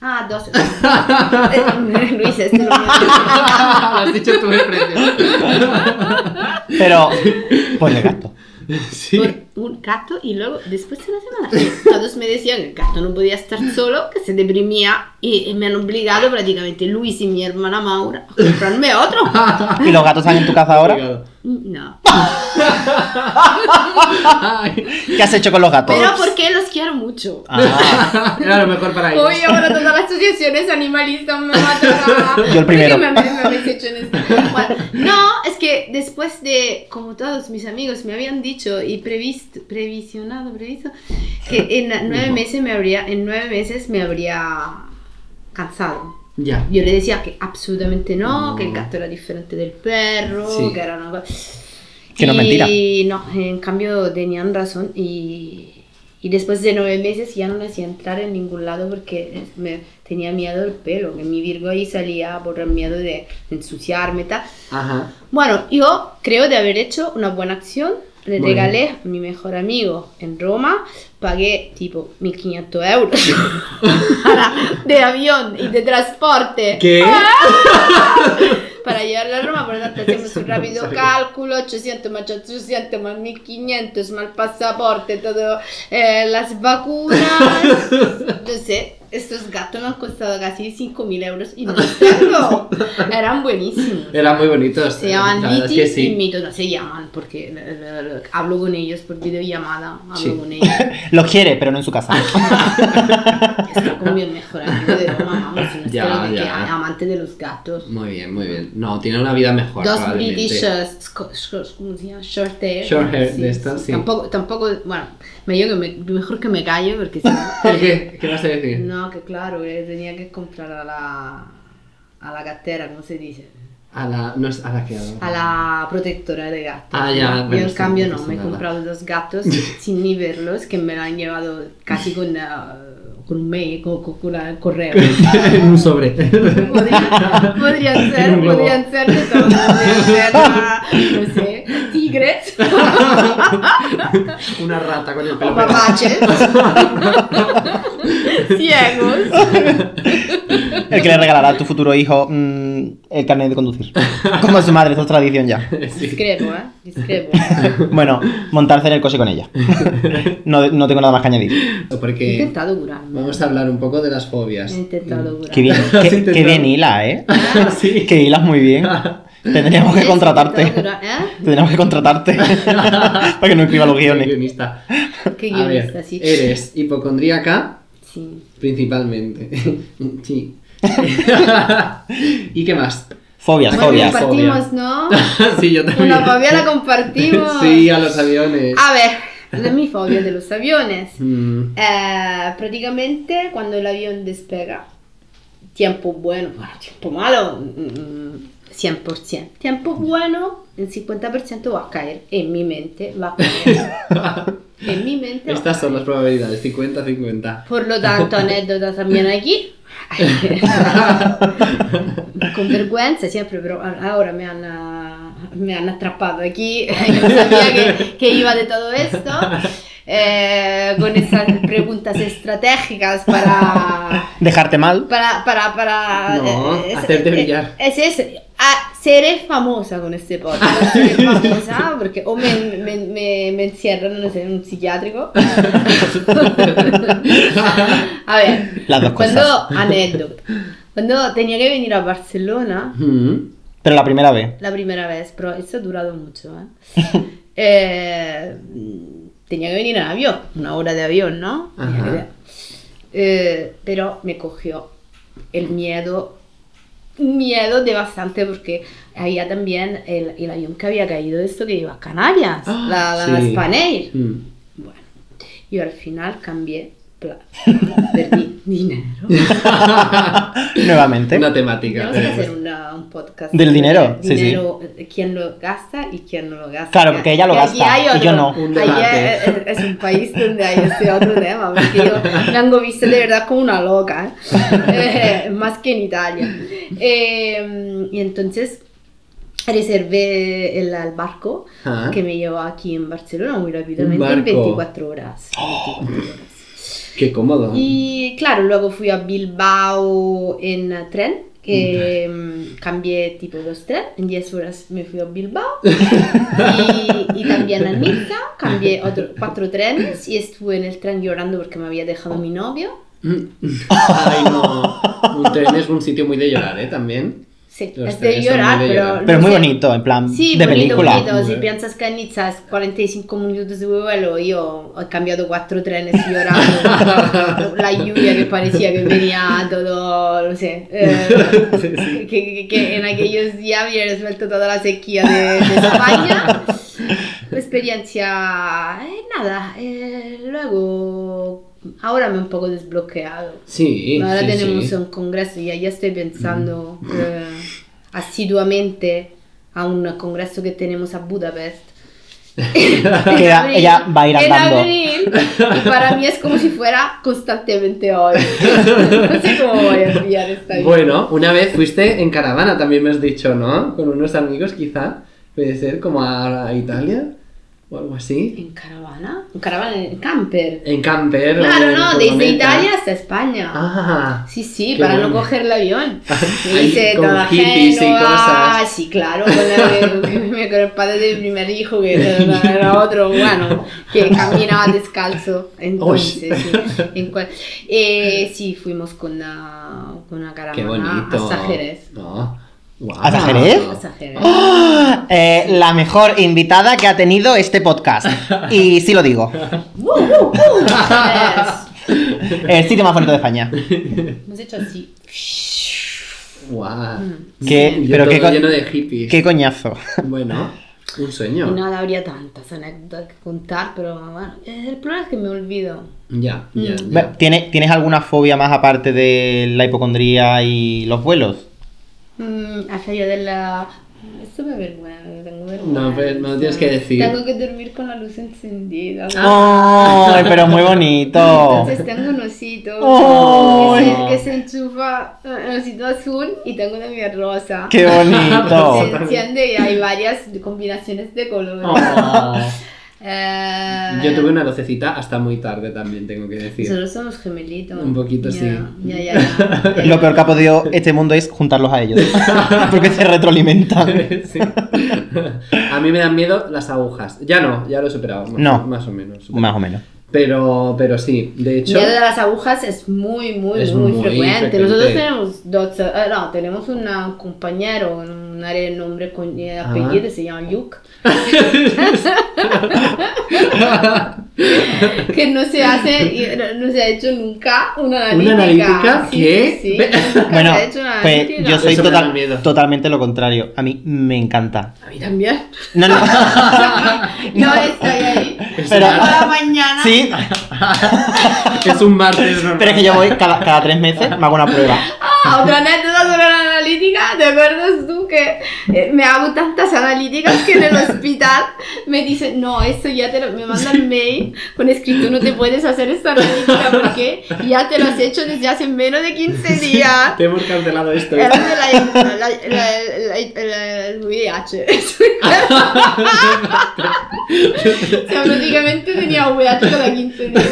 Speaker 1: Ah, dos. Eh, Luis, este no me-
Speaker 3: Lo has dicho tú el precio.
Speaker 2: pero pues le gasto.
Speaker 3: Sí.
Speaker 1: por un gato y luego después de una semana todos me decían que el gato no podía estar solo, que se deprimía y, y me han obligado prácticamente Luis y mi hermana Maura a comprarme otro.
Speaker 2: ¿Y los gatos están en tu casa ahora?
Speaker 1: No,
Speaker 3: Ay,
Speaker 2: ¿Qué has hecho con los gatos?
Speaker 1: pero porque los quiero mucho.
Speaker 2: Ah,
Speaker 3: era lo mejor para ellos.
Speaker 1: Hoy ahora todas las asociaciones animalistas me matan a...
Speaker 2: Yo el primero.
Speaker 1: Porque Me, me- me habéis hecho en esto. Bueno, no, es que después de, como todos mis amigos me habían dicho y previsto, previsionado, previsto, que en nueve meses me habría, en nueve meses me habría cansado.
Speaker 3: Ya.
Speaker 1: Yo le decía que absolutamente no,
Speaker 3: No.
Speaker 1: que el gato era diferente del perro,
Speaker 3: Sí.
Speaker 1: que era una cosa...
Speaker 2: Que no,
Speaker 1: y,
Speaker 2: mentira.
Speaker 1: no, en cambio tenían razón y, y después de nueve meses ya no me hacía entrar en ningún lado porque me tenía miedo del pelo, que mi virgo ahí salía por el miedo de ensuciarme y tal.
Speaker 3: Ajá.
Speaker 1: Bueno, yo creo de haber hecho una buena acción. Le
Speaker 3: Bueno.
Speaker 1: regalé a mi mejor amigo en Roma, pagué tipo 1500 euros para- de avión y de transporte
Speaker 3: ¿Qué?
Speaker 1: Ah. para llevarlo a Roma, por lo tanto hacemos un
Speaker 3: Eso no
Speaker 1: rápido
Speaker 3: sabía.
Speaker 1: cálculo, 800 más 800 más 1500 más el pasaporte, todo, eh, las vacunas, no sé, estos gatos me han costado casi 5000 euros y no los tengo, eran buenísimos.
Speaker 3: Eran muy bonitos.
Speaker 1: Se llaman
Speaker 3: La verdad es
Speaker 1: Liti
Speaker 3: que
Speaker 1: y
Speaker 3: sí.
Speaker 1: Mito, no se llaman porque eh, eh, eh, hablo con ellos por videollamada, hablo
Speaker 3: Sí.
Speaker 1: con ellos.
Speaker 2: los quiere, pero no en su casa.
Speaker 1: Está con mi mejor amigo de Roma, vamos, una
Speaker 3: Ya,
Speaker 1: historia de que
Speaker 3: ya.
Speaker 1: amante de los gatos.
Speaker 3: Muy bien, muy bien. No, tiene una vida mejor.
Speaker 1: Dos
Speaker 3: probablemente.
Speaker 1: British, eh, sco- sco- ¿cómo se llama? Short hair.
Speaker 3: Short hair de estas, sí.
Speaker 1: Tampoco, tampoco, bueno, mejor que me, mejor que me callo porque si no-
Speaker 3: ¿El qué? ¿Qué vas a decir?
Speaker 1: no, que claro, eh, tenía que comprar a la, a la gatera, ¿cómo se dice?
Speaker 3: A la. No es a la que.
Speaker 1: a la protectora de gatos.
Speaker 3: Ah, ya,
Speaker 1: Yo
Speaker 3: bueno,
Speaker 1: en
Speaker 3: sí,
Speaker 1: cambio
Speaker 3: no
Speaker 1: no,
Speaker 3: pasa
Speaker 1: me he
Speaker 3: nada.
Speaker 1: comprado dos gatos sin ni verlos que me la han llevado casi con, ah, con un mail, con, con- con la- correo.
Speaker 3: en un sobre.
Speaker 1: Podría- podrían
Speaker 3: En
Speaker 1: ser,
Speaker 3: un globo.
Speaker 1: podrían ser de todo, podrían ser, ah, no sé, tigres
Speaker 3: una rata con el
Speaker 1: o
Speaker 3: pelo.
Speaker 1: mapaches, ciegos.
Speaker 2: El que le regalará a tu futuro hijo mm, el carnet de conducir. Como su madre, eso es tradición ya.
Speaker 3: Sí.
Speaker 1: Discrepo, ¿eh? Discrepo.
Speaker 2: Bueno, montarse en el coche con ella. No, no tengo nada más que añadir.
Speaker 1: He
Speaker 3: Porque
Speaker 1: intentado curarme.
Speaker 3: vamos a hablar un poco de las fobias.
Speaker 1: He intentado curarme.
Speaker 2: Qué bien,
Speaker 3: Has
Speaker 2: qué,
Speaker 3: intentado.
Speaker 2: qué bien hila, ¿eh?
Speaker 3: sí.
Speaker 2: Que hilas muy bien. Tendríamos que
Speaker 1: He
Speaker 2: contratarte.
Speaker 1: intentado curar- ¿eh?
Speaker 2: Tendríamos que contratarte para que no escriba los guiones.
Speaker 3: Guionista.
Speaker 1: Qué
Speaker 3: A ver,
Speaker 1: guionista, sí.
Speaker 3: eres hipocondríaca
Speaker 1: Sí.
Speaker 3: principalmente. sí. ¿Y qué más?
Speaker 2: Fobias,
Speaker 1: Bueno,
Speaker 2: fobias.
Speaker 1: compartimos, ¿no?
Speaker 3: sí, yo también.
Speaker 1: Una fobia la compartimos.
Speaker 3: Sí, a los aviones.
Speaker 1: A ver, la mi fobia de los aviones.
Speaker 3: Mm,
Speaker 1: Eh, prácticamente cuando el avión despega, tiempo bueno, bueno, tiempo malo, mm, 100%. Tiempo bueno, el 50% va a caer. En mi mente va a caer. en mi mente. va a
Speaker 3: Estas son
Speaker 1: caer.
Speaker 3: las probabilidades, 50-50.
Speaker 1: Por lo tanto, anécdota también aquí. Con vergüenza siempre, pero a- ahora me han, ah, me han atrapado aquí. Yo no sabía que, que iba de todo esto. Eh, con esas preguntas estratégicas para
Speaker 2: Dejarte mal.
Speaker 1: para, para, para
Speaker 3: No,
Speaker 1: eh, es-
Speaker 3: hacerte
Speaker 1: eh,
Speaker 3: brillar.
Speaker 1: Es, eso. Ah, seré famosa con este podcast. Seré famosa porque o me, me, me, me encierran no sé, en un psiquiátrico. a ver,
Speaker 2: Las dos
Speaker 1: cuando,
Speaker 2: cosas.
Speaker 1: anécdota. Cuando tenía que venir a Barcelona
Speaker 3: Mm.
Speaker 2: Pero la primera vez.
Speaker 1: la primera vez, pero eso ha durado mucho. ¿eh? Eh, tenía que venir en avión, una hora de avión, ¿no? Tenía
Speaker 3: Ajá.
Speaker 1: que ver. Eh, pero me cogió el miedo, un miedo de bastante porque había también el, el avión que había caído, esto que iba a Canarias,
Speaker 3: Ah,
Speaker 1: la, la
Speaker 3: sí.
Speaker 1: Spanair.
Speaker 3: Mm.
Speaker 1: Bueno, yo al final cambié, plan, perdí dinero.
Speaker 2: Nuevamente.
Speaker 3: Una temática.
Speaker 1: Tenemos que hacer una- un podcast.
Speaker 2: Del dinero, sí,
Speaker 1: Del dinero, eh, quién lo gasta y quién no lo gasta.
Speaker 2: Claro, porque ella lo
Speaker 1: Y aquí
Speaker 2: gasta, y
Speaker 1: hay
Speaker 2: yo no.
Speaker 3: Un
Speaker 1: Ahí
Speaker 3: debate.
Speaker 1: es, es- es un país donde hay este otro tema, porque yo tengo visto de verdad como una loca, ¿eh? Eh, más que en Italia. Eh, y entonces reservé el, el barco
Speaker 3: Ah.
Speaker 1: que me llevó aquí en Barcelona muy
Speaker 3: Un
Speaker 1: rápidamente
Speaker 3: barco.
Speaker 1: en 24 horas. 24 horas.
Speaker 3: Qué cómodo.
Speaker 1: Y claro, luego fui a Bilbao en tren, que mm, cambié tipo dos tren, en 10 horas me fui a Bilbao y, y también a Niza, cambié otro, cuatro trenes y estuve en el tren llorando porque me había dejado mi novio.
Speaker 3: Ay, no. Un tren es un sitio muy de llorar, ¿eh? También.
Speaker 1: Sí,
Speaker 3: Los
Speaker 1: es de
Speaker 3: trenes son
Speaker 1: llorar,
Speaker 3: muy de
Speaker 1: pero...
Speaker 3: llorar.
Speaker 1: no
Speaker 2: Pero es muy
Speaker 1: sé.
Speaker 2: bonito, en plan,
Speaker 1: Sí,
Speaker 2: de
Speaker 1: bonito,
Speaker 2: película.
Speaker 1: bonito. Si
Speaker 3: Muy
Speaker 1: piensas que a Nizza es 45 minutos de vuelo, yo he cambiado cuatro trenes llorando. la lluvia que parecía que venía todo, no sé. eh,
Speaker 3: Sí, sí.
Speaker 1: Que, que- que en aquellos días había resuelto toda la sequía de, de España. La experiencia, eh, nada. eh, luego, ahora me he un poco desbloqueado.
Speaker 3: Sí.
Speaker 1: Ahora
Speaker 3: sí,
Speaker 1: tenemos
Speaker 3: sí.
Speaker 1: un congreso y ya estoy pensando eh, asiduamente a un congreso que tenemos a Budapest.
Speaker 2: Que ella- ella va a ir
Speaker 1: en
Speaker 2: andando.
Speaker 1: abril, y para mí es como si fuera constantemente hoy. no sé cómo voy a enviar esta vida.
Speaker 3: Bueno, una vez fuiste en caravana, también me has dicho, ¿no? Con unos amigos, quizá. Puede ser como a, a Italia o algo así.
Speaker 1: ¿En caravana? ¿En caravana? ¿En camper?
Speaker 3: En camper. o
Speaker 1: Claro,
Speaker 3: en
Speaker 1: no, desde
Speaker 3: furgoneta.
Speaker 1: Italia hasta España.
Speaker 3: Ah.
Speaker 1: Sí, sí,
Speaker 3: Qué
Speaker 1: para no
Speaker 3: bueno.
Speaker 1: coger el avión. Me
Speaker 3: Ahí,
Speaker 1: hice
Speaker 3: con
Speaker 1: toda
Speaker 3: hippies y
Speaker 1: Génova,
Speaker 3: cosas.
Speaker 1: Sí, claro, con, la- me- con el padre de mi primer hijo, que era, era otro, bueno, que caminaba descalzo. Entonces, sí, en cual- eh, sí, fuimos con una, con una
Speaker 3: Qué
Speaker 1: caravana
Speaker 3: bonito. ¿Eh?
Speaker 1: hasta Jerez.
Speaker 3: No. Guau.
Speaker 2: ¿Hasta Jerez?
Speaker 1: Hasta Jerez.
Speaker 2: ¡Ah! Eh, la mejor invitada que ha tenido este podcast. Y sí lo digo.
Speaker 1: ¡Woo, woo, woo! Jerez.
Speaker 2: El sitio más bonito de España.
Speaker 1: Hemos hecho así. Mm.
Speaker 3: Guau.
Speaker 2: Qué-
Speaker 3: Yo
Speaker 2: pero
Speaker 3: todo
Speaker 2: qué, co-
Speaker 3: lleno de hippies.
Speaker 2: qué coñazo.
Speaker 3: Bueno, un
Speaker 1: Y
Speaker 3: sueño.
Speaker 1: nada, habría tantas anécdotas que contar, pero bueno, el problema es que me olvido.
Speaker 3: Ya, ya,
Speaker 1: Mm.
Speaker 3: ya.
Speaker 2: ¿Tienes, ¿Tienes alguna fobia más aparte de la hipocondría y los vuelos?
Speaker 1: Mm, hacia yo de la... Esto me vergüenza, tengo vergüenza.
Speaker 3: No, pero no tienes que decir. Ah.
Speaker 1: Tengo que dormir con la luz encendida. Ah.
Speaker 2: ¡Ay, pero muy bonito!
Speaker 1: Entonces tengo un osito
Speaker 2: ¡Ay!
Speaker 1: que, se, que se enchufa, eh, un osito azul y tengo también rosa.
Speaker 2: ¡Qué
Speaker 3: Ah,
Speaker 2: bonito!
Speaker 1: Se enciende y hay varias combinaciones de colores.
Speaker 3: Oh.
Speaker 1: Eh,
Speaker 3: Yo tuve una lucecita hasta muy tarde también, tengo que decir.
Speaker 1: Solo somos gemelitos.
Speaker 3: Un poquito,
Speaker 1: Ya,
Speaker 3: sí.
Speaker 1: Ya, ya, ya, ya.
Speaker 2: Lo peor que ha podido este mundo es juntarlos a ellos. Porque se retroalimentan.
Speaker 3: Sí. A mí me dan miedo las agujas. Ya no, ya lo he superado. Más,
Speaker 2: No.
Speaker 3: Más o menos.
Speaker 2: Más o menos.
Speaker 3: Pero, pero sí, de
Speaker 1: El
Speaker 3: hecho.
Speaker 1: miedo de las agujas es muy, muy,
Speaker 3: Es
Speaker 1: muy,
Speaker 3: muy
Speaker 1: frecuente.
Speaker 3: frecuente.
Speaker 1: Nosotros tenemos dos, eh, no, tenemos una- un compañero, un área de nombre con eh,
Speaker 3: Ah.
Speaker 1: apellido, se llama Luke, que no se hace, y no, no se ha hecho nunca una
Speaker 3: ¿Una
Speaker 1: analítica.
Speaker 3: analítica?
Speaker 1: Sí,
Speaker 3: ¿Qué?
Speaker 1: sí, sí,
Speaker 3: Ve-
Speaker 1: nunca se
Speaker 2: Bueno,
Speaker 1: ha hecho una
Speaker 2: pues
Speaker 1: analítica.
Speaker 2: yo soy
Speaker 3: Eso me da
Speaker 2: total-
Speaker 3: miedo.
Speaker 2: totalmente lo contrario. A mí me encanta.
Speaker 1: A mí también.
Speaker 2: No, no.
Speaker 1: No estoy ahí.
Speaker 2: Pero-
Speaker 1: Toda la mañana.
Speaker 2: Sí,
Speaker 3: es un martes normal.
Speaker 2: pero es que yo voy cada, cada tres meses, me hago una prueba.
Speaker 1: Ah, otra anécdota sobre la analítica. ¿Te acuerdas tú que eh, me hago tantas analíticas que en el hospital me dicen, no, esto ya te lo, me mandan mail con escrito, no te puedes hacer esta analítica porque ya te lo has hecho desde hace menos de 15 días.
Speaker 3: Te hemos cancelado esto. ¿eh?
Speaker 1: Era de la, la, la, la- la- el VIH. o sea, prácticamente tenía VIH cada 15 días.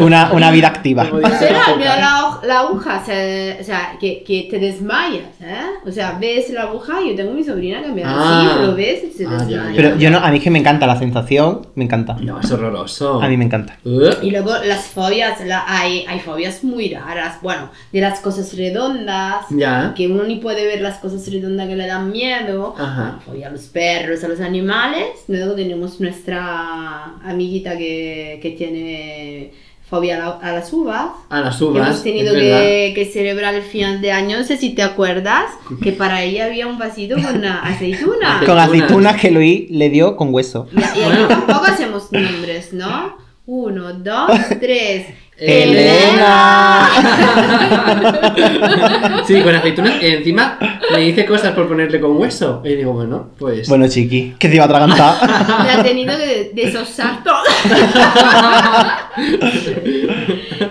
Speaker 2: Una, una vida activa.
Speaker 3: Como dice
Speaker 1: Pero
Speaker 3: la
Speaker 1: al menos
Speaker 3: boca.
Speaker 1: la, hoj- la aguja, se- o sea, que, que te desmayas, ¿eh? O sea, ves la aguja, yo tengo mi sobrina que me hace
Speaker 3: Ah.
Speaker 1: así, lo ves y se
Speaker 3: Ah, ya,
Speaker 1: desmaya.
Speaker 3: ya.
Speaker 2: Pero yo no, a mí es que me encanta la sensación, me encanta.
Speaker 3: No, es horroroso.
Speaker 2: A mí me encanta.
Speaker 3: Uh,
Speaker 1: Y luego las fobias, la- hay, hay fobias muy raras, bueno, de las cosas redondas,
Speaker 3: Ya.
Speaker 1: que uno ni puede ver las cosas redondas que le dan miedo.
Speaker 3: Ajá.
Speaker 1: Fobia a los perros, a los animales. Luego tenemos nuestra amiguita que, que tiene fobia a, la- a las uvas.
Speaker 3: A las
Speaker 1: que
Speaker 3: uvas.
Speaker 1: hemos tenido
Speaker 3: es verdad.
Speaker 1: que, que celebrar el final de año, no sé si te acuerdas, que para ella había un vasito con la aceituna.
Speaker 2: Con
Speaker 3: Aceitunas.
Speaker 2: aceitunas que Luis le dio con hueso.
Speaker 1: Y, y aquí tampoco hacemos nombres, ¿no? Uno, dos, tres.
Speaker 2: Elena.
Speaker 3: Sí, con aceituna. Encima me dice cosas por ponerle con hueso. Y digo, bueno, pues.
Speaker 2: Bueno, chiqui, que te iba a atragantar.
Speaker 1: Me ha tenido que desosar todo.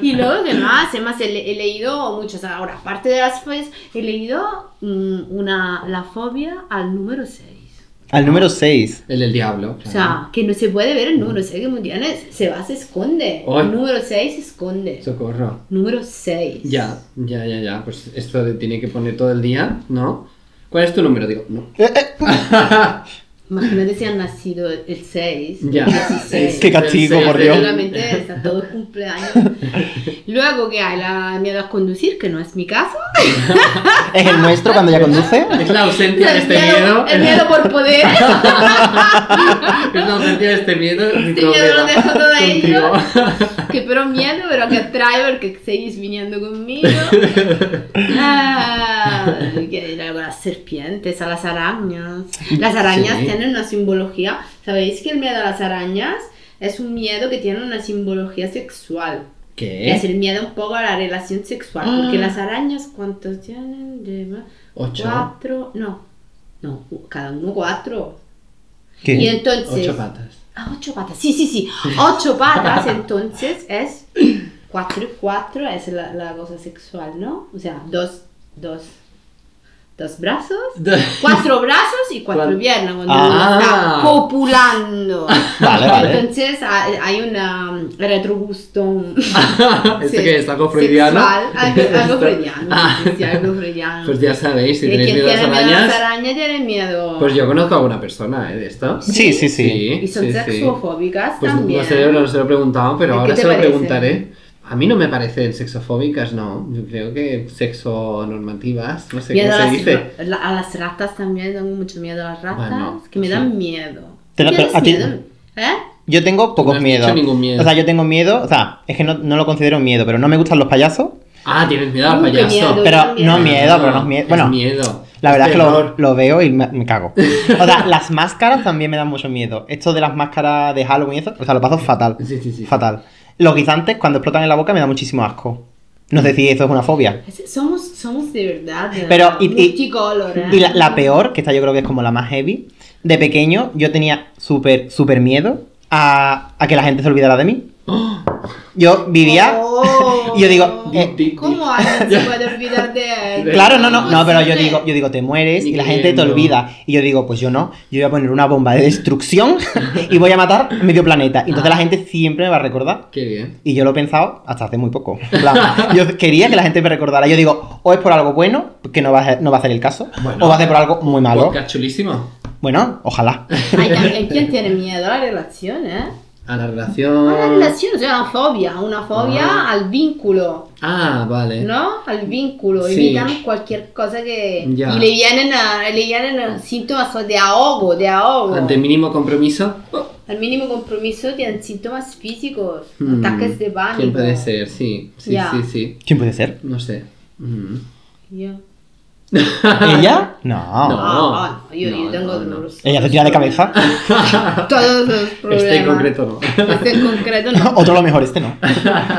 Speaker 1: y luego, ¿qué más? Además, he, le- he leído muchas. Ahora, aparte de las fobias, he leído mm, una, la fobia al número 6.
Speaker 2: Al número 6.
Speaker 3: El del diablo.
Speaker 1: O
Speaker 3: claro.
Speaker 1: sea, que no se puede ver el número 6 que mundiales. Se va, se esconde.
Speaker 3: Ay.
Speaker 1: El número 6 se esconde.
Speaker 3: Socorro.
Speaker 1: Número 6.
Speaker 3: Ya, ya, ya, ya. Pues esto de tiene que poner todo el día, ¿no? ¿Cuál es tu número? Digo, no.
Speaker 2: Eh,
Speaker 1: Imagínate si han nacido el 6.
Speaker 3: Ya. Este
Speaker 2: Qué castigo,
Speaker 3: El seis
Speaker 2: por
Speaker 3: de
Speaker 2: Dios.
Speaker 3: la-
Speaker 1: Seguramente está todo el cumpleaños. Luego que hay la miedo a conducir, que no es mi caso.
Speaker 2: Es el nuestro cuando ya conduce.
Speaker 3: Es la ausencia de
Speaker 1: el,
Speaker 3: este
Speaker 1: miedo,
Speaker 3: miedo.
Speaker 1: el miedo por poder.
Speaker 3: Es la ausencia de este miedo. mi
Speaker 1: Este miedo lo
Speaker 3: problema
Speaker 1: dejo todo
Speaker 3: contigo.
Speaker 1: ello. Que pero miedo, pero que atrae porque seguís viniendo conmigo. Ah, que luego las serpientes, a las arañas. Las arañas
Speaker 3: Sí.
Speaker 1: tienen una simbología. ¿Sabéis que el miedo a las arañas es un miedo que tiene una simbología sexual?
Speaker 3: ¿Qué?
Speaker 1: Es el miedo un poco a la relación sexual.
Speaker 3: ¿Eh? Ah.
Speaker 1: Porque las arañas, ¿cuántos tienen? Lleva
Speaker 3: Ocho.
Speaker 1: cuatro. No. No, cada uno cuatro. Y
Speaker 2: ¿Qué?
Speaker 1: entonces.
Speaker 3: Ocho patas.
Speaker 1: Ah, ocho patas. Sí, sí, sí. Ocho patas, entonces es. Cuatro y cuatro es la, la cosa sexual, ¿no? O sea, dos, dos. Dos brazos, cuatro brazos y cuatro
Speaker 3: Cuatro.
Speaker 1: piernas cuando
Speaker 2: Ah.
Speaker 1: uno está copulando.
Speaker 2: Vale, vale.
Speaker 1: Entonces hay hay una um, retrogusto. um,
Speaker 3: ¿Este
Speaker 1: se-
Speaker 3: que es algo freudiano?
Speaker 1: sexual, Algo, algo
Speaker 3: Esto-
Speaker 1: freudiano.
Speaker 3: Ah.
Speaker 1: sí, sí, algo freudiano.
Speaker 3: Pues ya sabéis, si
Speaker 1: Que
Speaker 3: tenéis
Speaker 1: quien
Speaker 3: miedo a las
Speaker 1: tiene miedo a las
Speaker 3: arañas.
Speaker 1: arañas tiene miedo.
Speaker 3: Pues yo conozco a una persona, ¿eh? De esto.
Speaker 2: Sí, sí, sí.
Speaker 1: y son
Speaker 3: sí, sí.
Speaker 1: sexofóbicas
Speaker 3: Pues
Speaker 1: también.
Speaker 3: no sé, no se lo he preguntado, pero
Speaker 1: ¿Qué
Speaker 3: ahora
Speaker 1: te
Speaker 3: se lo
Speaker 1: parece?
Speaker 3: preguntaré. A mí no me parecen sexofóbicas, no. Yo creo que sexo normativas, no sé
Speaker 1: Miedo
Speaker 3: cómo se
Speaker 1: a las,
Speaker 3: dice.
Speaker 1: la- a las ratas también, tengo mucho miedo a las ratas,
Speaker 3: Bueno,
Speaker 1: que me dan
Speaker 3: sí.
Speaker 1: miedo.
Speaker 2: Te la-
Speaker 1: ¿Tú
Speaker 2: pero
Speaker 1: tienes
Speaker 2: a ti-
Speaker 1: miedo? ¿Eh?
Speaker 2: Yo tengo
Speaker 3: No
Speaker 2: pocos
Speaker 3: has
Speaker 2: miedos.
Speaker 3: dicho ningún miedo.
Speaker 2: O sea, yo tengo miedo, o sea, es que no, no lo considero miedo, pero no me gustan los payasos.
Speaker 3: Ah, tienes miedo al
Speaker 1: Uh, qué
Speaker 3: payaso.
Speaker 1: miedo.
Speaker 2: Pero no
Speaker 1: Ah,
Speaker 2: miedo, pero no es miedo. Bueno,
Speaker 3: miedo.
Speaker 2: la verdad es que lo,
Speaker 3: terror.
Speaker 2: lo veo y me, me cago. O sea, las máscaras también me dan mucho miedo. Esto de las máscaras de Halloween y eso, o sea, lo paso fatal.
Speaker 3: Sí, sí, sí.
Speaker 2: Fatal. Los guisantes cuando explotan en la boca me da muchísimo asco. No sé si eso es una fobia.
Speaker 1: Es- Pues Somos, somos de verdad. de
Speaker 2: Pero,
Speaker 1: verdad,
Speaker 2: y- y-
Speaker 1: multicolor, ¿eh?
Speaker 2: Y la, la peor, que esta yo creo que es como la más heavy, de pequeño yo tenía súper, súper miedo a, a que la gente se olvidara de mí.
Speaker 1: Eh,
Speaker 2: Yo vivía...
Speaker 1: Oh.
Speaker 2: yo digo, eh,
Speaker 3: Di- di-
Speaker 1: ¿Cómo alguien se puede olvidar de él?
Speaker 2: Claro, no, no, no, pero yo
Speaker 1: Imposible.
Speaker 2: digo, yo digo, te mueres
Speaker 3: Ni
Speaker 2: y la gente te
Speaker 3: queriendo.
Speaker 2: olvida. Y yo digo, pues yo no, yo voy a poner una bomba de destrucción y voy a matar medio planeta. Y Entonces
Speaker 3: Ah.
Speaker 2: la gente siempre me va a recordar.
Speaker 3: Qué bien.
Speaker 2: Y yo lo he pensado hasta hace muy poco. En plan, yo quería que la gente me recordara. Yo digo, o es por algo bueno, que no va a ser, no va a ser el caso,
Speaker 3: Bueno.
Speaker 2: o va a ser por algo muy malo.
Speaker 3: Podcast chulísimo.
Speaker 2: Bueno, ojalá.
Speaker 1: Hay también quien tiene miedo a la relación, ¿eh?
Speaker 3: A la
Speaker 1: A
Speaker 3: relación.
Speaker 1: la relación, o sea, una fobia, una fobia
Speaker 3: Ah.
Speaker 1: al vínculo,
Speaker 3: Ah, vale.
Speaker 1: ¿no? Al vínculo,
Speaker 3: Sí.
Speaker 1: evitan cualquier cosa que...
Speaker 3: Ya.
Speaker 1: Y le vienen, a- le vienen a síntomas eh, de ahogo, de ahogo.
Speaker 3: Ante mínimo compromiso.
Speaker 1: Al mínimo compromiso tienen síntomas físicos,
Speaker 3: Hmm,
Speaker 1: ataques de pánico.
Speaker 3: ¿Quién puede ser? Sí, sí,
Speaker 1: Ya.
Speaker 3: sí, sí.
Speaker 2: ¿Quién puede ser?
Speaker 3: No sé. Mm.
Speaker 1: Yo.
Speaker 2: ¿Ella? No.
Speaker 3: No.
Speaker 1: Ah, ah, no, yo,
Speaker 3: No,
Speaker 1: yo tengo
Speaker 3: no, no.
Speaker 1: los-
Speaker 2: Ella se tira de cabeza.
Speaker 1: Todos los problemas.
Speaker 3: Este en concreto no.
Speaker 1: Este en concreto no.
Speaker 2: Otro a lo mejor, este no.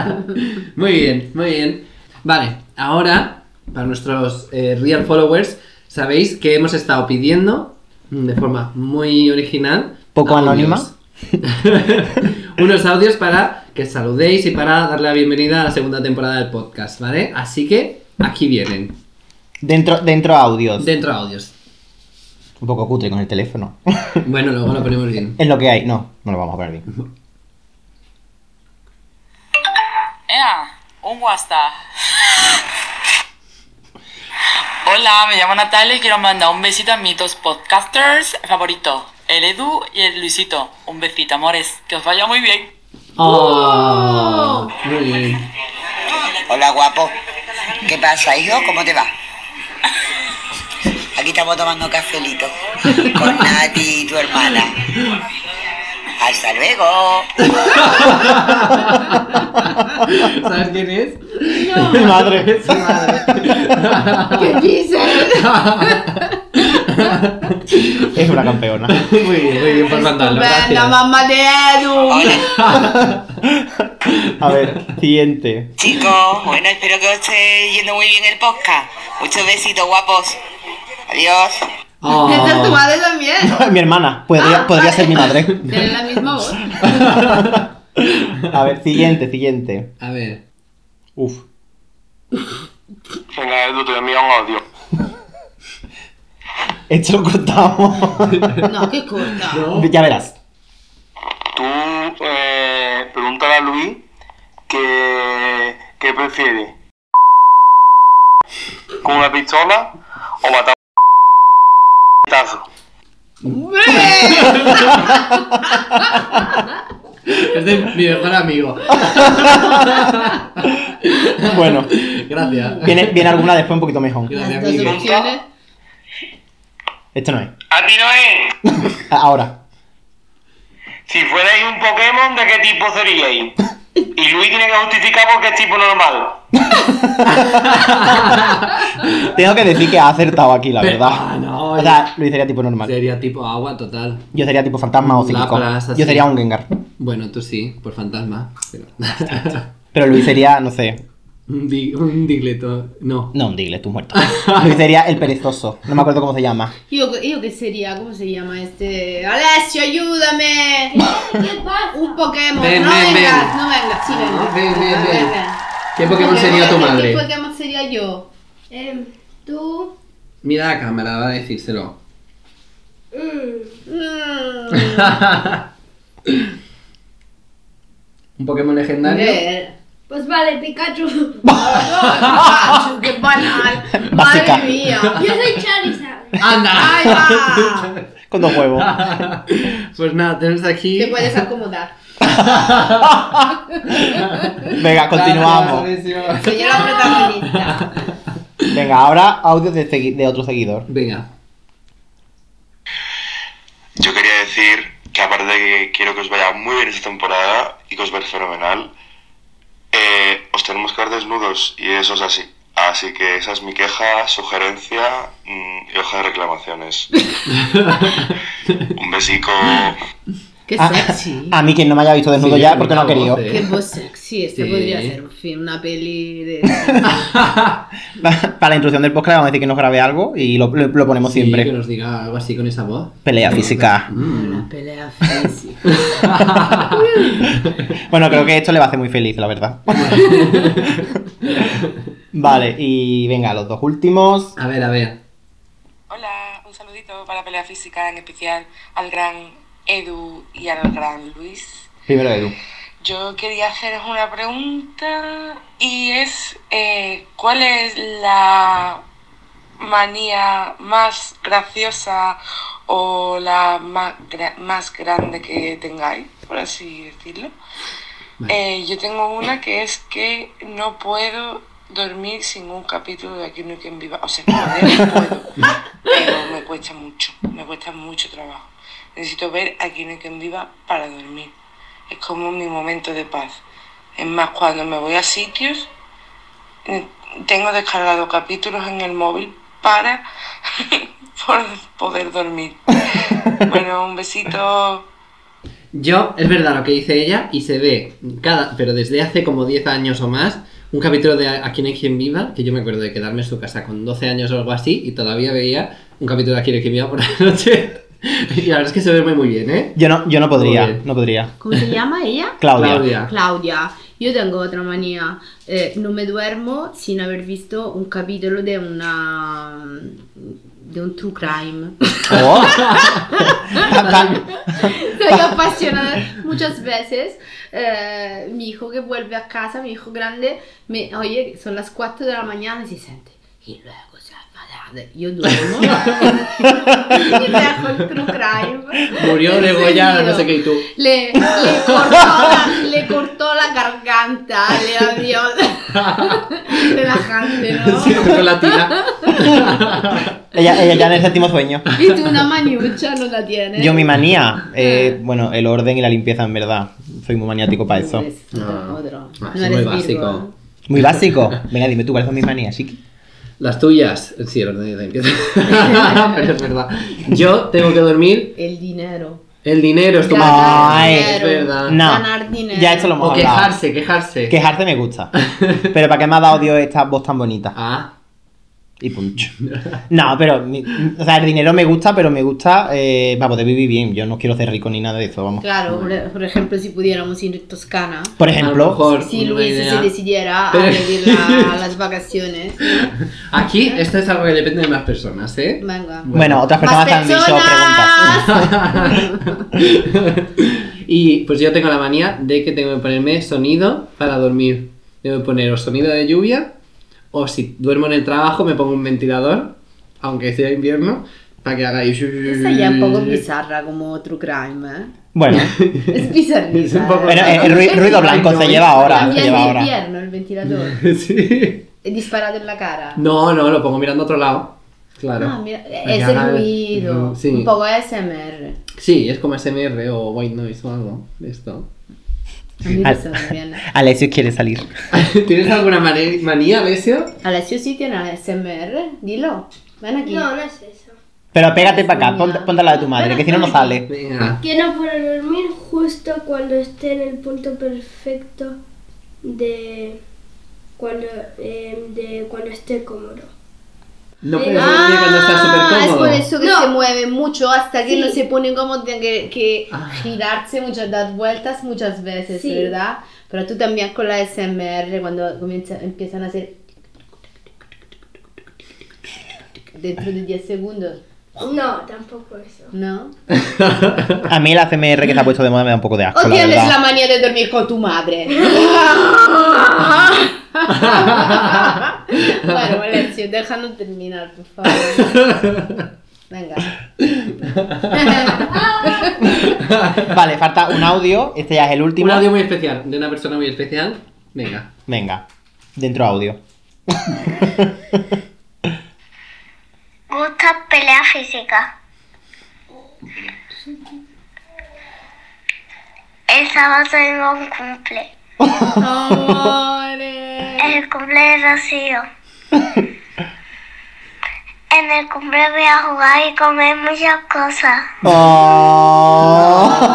Speaker 3: Muy bien, muy bien. Vale, ahora, para nuestros eh, real followers, sabéis que hemos estado pidiendo, mm, de forma muy original,
Speaker 2: Poco anónima.
Speaker 3: unos audios para que saludéis y para darle la bienvenida a la segunda temporada del podcast, ¿vale? Así que aquí vienen,
Speaker 2: Dentro, dentro audios.
Speaker 3: dentro audios.
Speaker 2: Un poco cutre con el teléfono.
Speaker 3: Bueno, luego lo ponemos bien.
Speaker 2: Es lo que hay. No, no lo vamos a poner bien.
Speaker 6: Ea, un WhatsApp. Hola, me llamo Natalia y quiero mandar un besito a mis dos podcasters favoritos, el Edu y el Luisito. Un besito, amores, que os vaya muy bien.
Speaker 3: Oh, muy bien.
Speaker 7: Hola, guapo. ¿Qué pasa, hijo? ¿Cómo te va? Aquí estamos tomando cafelito con Nati y tu hermana. Hasta luego.
Speaker 3: ¿Sabes quién es?
Speaker 2: Madre.
Speaker 3: Su madre.
Speaker 1: ¿Qué dices?
Speaker 2: Es una campeona.
Speaker 3: muy bien, muy bien por mandarlo.
Speaker 1: Venga,
Speaker 3: Gracias.
Speaker 1: mamá de Edu.
Speaker 7: Hola,
Speaker 2: A ver, siguiente.
Speaker 7: chicos. Bueno, espero que os esté yendo muy bien el podcast. Muchos besitos, guapos. Adiós.
Speaker 3: Oh.
Speaker 1: ¿Qué tal Este tu madre también?
Speaker 2: Mi hermana.
Speaker 1: Ah,
Speaker 2: Podría, podría ser mi madre.
Speaker 1: Tiene la misma voz.
Speaker 2: A ver, siguiente, siguiente.
Speaker 3: A ver.
Speaker 2: Uf.
Speaker 8: Venga, Edu, te envío un audio.
Speaker 2: Esto lo cortamos.
Speaker 1: No, qué corta.
Speaker 2: Ya verás.
Speaker 8: Tú Mm, eh, pregúntale a Luis que, qué prefiere. ¿Con una pistola o matar un pitazo?
Speaker 3: Este Es de mi mejor amigo.
Speaker 2: Bueno,
Speaker 3: Gracias.
Speaker 2: viene, viene alguna después un poquito mejor.
Speaker 3: Gracias,
Speaker 1: Las dos
Speaker 3: amigo.
Speaker 1: opciones.
Speaker 2: Esto no es.
Speaker 8: ¡A ti no es!
Speaker 2: A- Ahora.
Speaker 8: Si fuerais un Pokémon, ¿de qué tipo seríais? Y Luis tiene que justificar porque es tipo normal.
Speaker 2: Tengo que decir que ha acertado aquí, la
Speaker 3: Pero-
Speaker 2: verdad.
Speaker 3: Ah, no,
Speaker 2: o sea, Luis sería tipo normal.
Speaker 3: Sería tipo agua total.
Speaker 2: Yo sería tipo fantasma o psíquico.
Speaker 3: Lapras, así.
Speaker 2: Yo sería un Gengar.
Speaker 3: Bueno, tú sí, por fantasma. Pero...
Speaker 2: Pero Luis sería, no sé.
Speaker 3: un, di- un digleto. No.
Speaker 2: No, un digle, tú muerto. Luis sería el perezoso. No me acuerdo cómo se llama.
Speaker 1: Io, io che seria, come si chiama este? Alessio, aiutami!
Speaker 5: ¿Qué pasa?
Speaker 1: Un Pokémon,
Speaker 3: Ven,
Speaker 1: no
Speaker 3: ven,
Speaker 1: vengas,
Speaker 3: ven.
Speaker 1: no vengas, sí, venga.
Speaker 3: Ven, ven,
Speaker 1: venga,
Speaker 3: ven.
Speaker 1: venga.
Speaker 3: ¿Qué Pokémon
Speaker 1: Pokémon,
Speaker 3: sería tu
Speaker 1: ¿qué-
Speaker 3: madre?
Speaker 1: ¿Qué Pokémon sería yo?
Speaker 5: Em, tú.
Speaker 3: Mira la cámara, va a decírselo.
Speaker 5: mm,
Speaker 1: Mm,
Speaker 3: un Pokémon legendario.
Speaker 1: eh,
Speaker 5: pues vale, Pikachu.
Speaker 1: no, che banale,
Speaker 2: Basica.
Speaker 1: madre mía.
Speaker 5: Yo soy Charizard.
Speaker 1: Ahí va.
Speaker 2: Con dos huevos.
Speaker 3: pues nada, tenemos aquí.
Speaker 1: Te puedes acomodar.
Speaker 2: Venga, continuamos.
Speaker 1: Soy yo la protagonista.
Speaker 2: Venga, ahora audio de, segui- de otro seguidor.
Speaker 3: Venga.
Speaker 8: Yo quería decir que aparte de que quiero que os vaya muy bien esta temporada y que os vaya fenomenal, eh, os tenemos que ver desnudos y eso es así. Así que esa es mi queja, sugerencia mm, y hoja de reclamaciones. Un besico.
Speaker 1: Che
Speaker 2: Ah,
Speaker 1: sexy.
Speaker 2: A mí quien no me haya visto desnudo
Speaker 3: Sí,
Speaker 2: ya porque no ha
Speaker 3: una
Speaker 2: querido.
Speaker 3: voz, eh.
Speaker 1: Che voz sexy, questa
Speaker 3: Sì.
Speaker 1: potrebbe essere un film, una peli di...
Speaker 2: Para la introducción del podcast le vamos a decir que nos grabe algo y lo, lo- lo ponemos
Speaker 3: Sí,
Speaker 2: siempre.
Speaker 3: Que nos diga algo así con esa voz.
Speaker 2: Pelea física.
Speaker 3: Mm.
Speaker 1: Una pelea física.
Speaker 2: Bueno, creo que esto le va a hacer muy feliz, la verdad. vale, y venga, los dos últimos.
Speaker 3: a ver, a ver.
Speaker 6: Hola, un saludito para Pelea Física, en especial al gran Edu y al gran Luis.
Speaker 2: Primero Edu.
Speaker 6: Yo quería haceros una pregunta y es eh, ¿cuál es la manía más graciosa o la ma- gra- más grande que tengáis, por así decirlo? Eh, yo tengo una que es que no puedo dormir sin un capítulo de Aquí no hay quien viva. O sea, no, no puedo, pero me cuesta mucho, me cuesta mucho trabajo. Necesito ver Aquí no hay quien viva para dormir es como mi momento de paz. Es más, cuando me voy a sitios, eh, tengo descargado capítulos en el móvil para por- poder dormir. Bueno, un besito.
Speaker 3: Yo, es verdad lo que dice ella, y se ve cada, pero desde hace como 10 años o más, un capítulo de Aquí no hay quien viva, que yo me acuerdo de quedarme en su casa con 12 años o algo así, y todavía veía un capítulo de Aquí no hay quien viva por la noche. Y la verdad es que se duerme muy bien, ¿eh?
Speaker 2: Yo no, yo no
Speaker 3: Muy
Speaker 2: podría,
Speaker 3: bien.
Speaker 2: no podría.
Speaker 1: Come si chiama ella?
Speaker 2: Claudia.
Speaker 1: Claudia, io tengo otra manía. Eh, non mi duermo sin aver visto un capitolo di una de un true crime.
Speaker 2: Oh. Tan, tan.
Speaker 1: Soy apasionada muchas veces. eh, mi hijo que vuelve a casa, mi hijo grande, me oye, son las 4 de la mañana y se siente. Y luego se madre. Yo duermo y dejo el true crime.
Speaker 3: Murió de Goya, no sé qué, y tú.
Speaker 1: Le, le cortó la, le cortó la garganta, le abrió. Relajante, ¿no?
Speaker 3: Sí, con la tira.
Speaker 2: Ella, ella ya en el séptimo sueño.
Speaker 1: Y tú una maniucha no la tienes.
Speaker 2: Yo mi manía, eh, bueno, el orden y la limpieza en verdad. Soy muy maniático para eso.
Speaker 1: Pues, No, eres
Speaker 3: No.
Speaker 1: otro.
Speaker 3: Ah,
Speaker 1: No
Speaker 3: sí, muy
Speaker 1: eres
Speaker 3: básico.
Speaker 1: Virgo.
Speaker 2: Muy básico. Venga, dime tú, ¿cuáles son mis manías, Chiqui?
Speaker 3: Las tuyas. Sí, el orden de limpieza. Pero es verdad. Yo tengo que dormir.
Speaker 1: ¿eh? El dinero.
Speaker 3: El dinero es como.
Speaker 2: Ganar Ay,
Speaker 3: es verdad.
Speaker 2: No.
Speaker 1: Ganar dinero.
Speaker 2: Ya esto lo hemos
Speaker 3: O
Speaker 2: hablado.
Speaker 3: quejarse, quejarse.
Speaker 2: Quejarse me gusta. Pero ¿para qué me ha dado Dios esta voz tan bonita?
Speaker 3: Ah.
Speaker 2: Y punch. No, pero mi- o sea, el dinero me gusta, pero me gusta eh, para poder vivir bien. Yo no quiero ser rico ni nada de eso, vamos.
Speaker 1: Claro, por- por ejemplo, si pudiéramos ir a Toscana.
Speaker 2: Por
Speaker 3: A lo
Speaker 2: ejemplo,
Speaker 3: mejor
Speaker 1: Si
Speaker 3: una
Speaker 1: Luis
Speaker 3: idea.
Speaker 1: se decidiera a
Speaker 3: Pero-
Speaker 1: pedir la- las vacaciones. ¿no?
Speaker 3: Aquí, esto es algo que depende de más personas, ¿eh?
Speaker 1: Venga.
Speaker 2: bueno, otras
Speaker 1: Más
Speaker 2: personas te han dicho preguntas.
Speaker 1: personas.
Speaker 3: y pues yo tengo la manía de que tengo que ponerme sonido para dormir. Tengo que poner o sonido de lluvia, o si duermo en el trabajo, me pongo un ventilador, aunque sea invierno, para que haga.
Speaker 1: Esa ya es un poco bizarra como True Crime, ¿eh?
Speaker 2: Bueno,
Speaker 1: Es bizarrita.
Speaker 3: Es un poco-
Speaker 2: bueno, eh, el ru- ruido blanco se lleva ahora. Se
Speaker 1: También
Speaker 2: lleva
Speaker 1: de
Speaker 2: ahora.
Speaker 1: invierno el ventilador.
Speaker 3: Sí.
Speaker 1: Y disparado en la cara.
Speaker 3: No, no, lo pongo mirando a otro lado. Claro.
Speaker 1: Ah, mira,
Speaker 3: Para
Speaker 1: es
Speaker 3: que haga
Speaker 1: el
Speaker 3: el-
Speaker 1: ruido.
Speaker 3: Sí.
Speaker 1: Un poco ASMR.
Speaker 3: Sí, es como SMR o white noise o algo de esto.
Speaker 1: A mí
Speaker 2: Al-
Speaker 1: eso también.
Speaker 2: Alessio quiere salir.
Speaker 3: ¿Tienes alguna mane- manía, Alessio?
Speaker 1: Alessio sí tiene ASMR, dilo. Ven aquí.
Speaker 5: No, no es eso.
Speaker 2: Pero pégate para acá, ponte, ponte al lado de tu madre, que si no, no sale.
Speaker 3: Venga.
Speaker 5: Quiero para dormir justo cuando esté en el punto perfecto de cuando, eh, de cuando esté cómodo.
Speaker 3: No
Speaker 5: Sí.
Speaker 3: puedes
Speaker 1: Ah,
Speaker 3: dormir cuando estás súper
Speaker 1: es
Speaker 3: cómodo.
Speaker 1: por eso que
Speaker 5: No.
Speaker 1: se mueve mucho hasta que no se pone como tiene que, que
Speaker 3: Ah.
Speaker 1: girarse muchas, dar vueltas muchas veces,
Speaker 5: Sí.
Speaker 1: ¿verdad? Pero tú también con la ASMR cuando comienza, empiezan a hacer dentro de 10 segundos,
Speaker 5: No, tampoco eso.
Speaker 1: ¿no?
Speaker 2: A mí el ACMR que se ha puesto de moda me da un poco de
Speaker 1: O
Speaker 2: asco, la
Speaker 1: tienes
Speaker 2: verdad.
Speaker 1: la manía de dormir con tu madre. bueno, Valencia, déjanos terminar, por favor. Venga.
Speaker 2: Vale, falta un audio. Este ya es el último.
Speaker 3: Un audio muy especial, de una persona muy especial. Venga.
Speaker 2: Venga, dentro audio.
Speaker 9: Gusta pelea física. El sábado tengo un cumple.
Speaker 1: Amores.
Speaker 9: El cumple de Rocío. En el cumple voy a jugar y comer muchas cosas.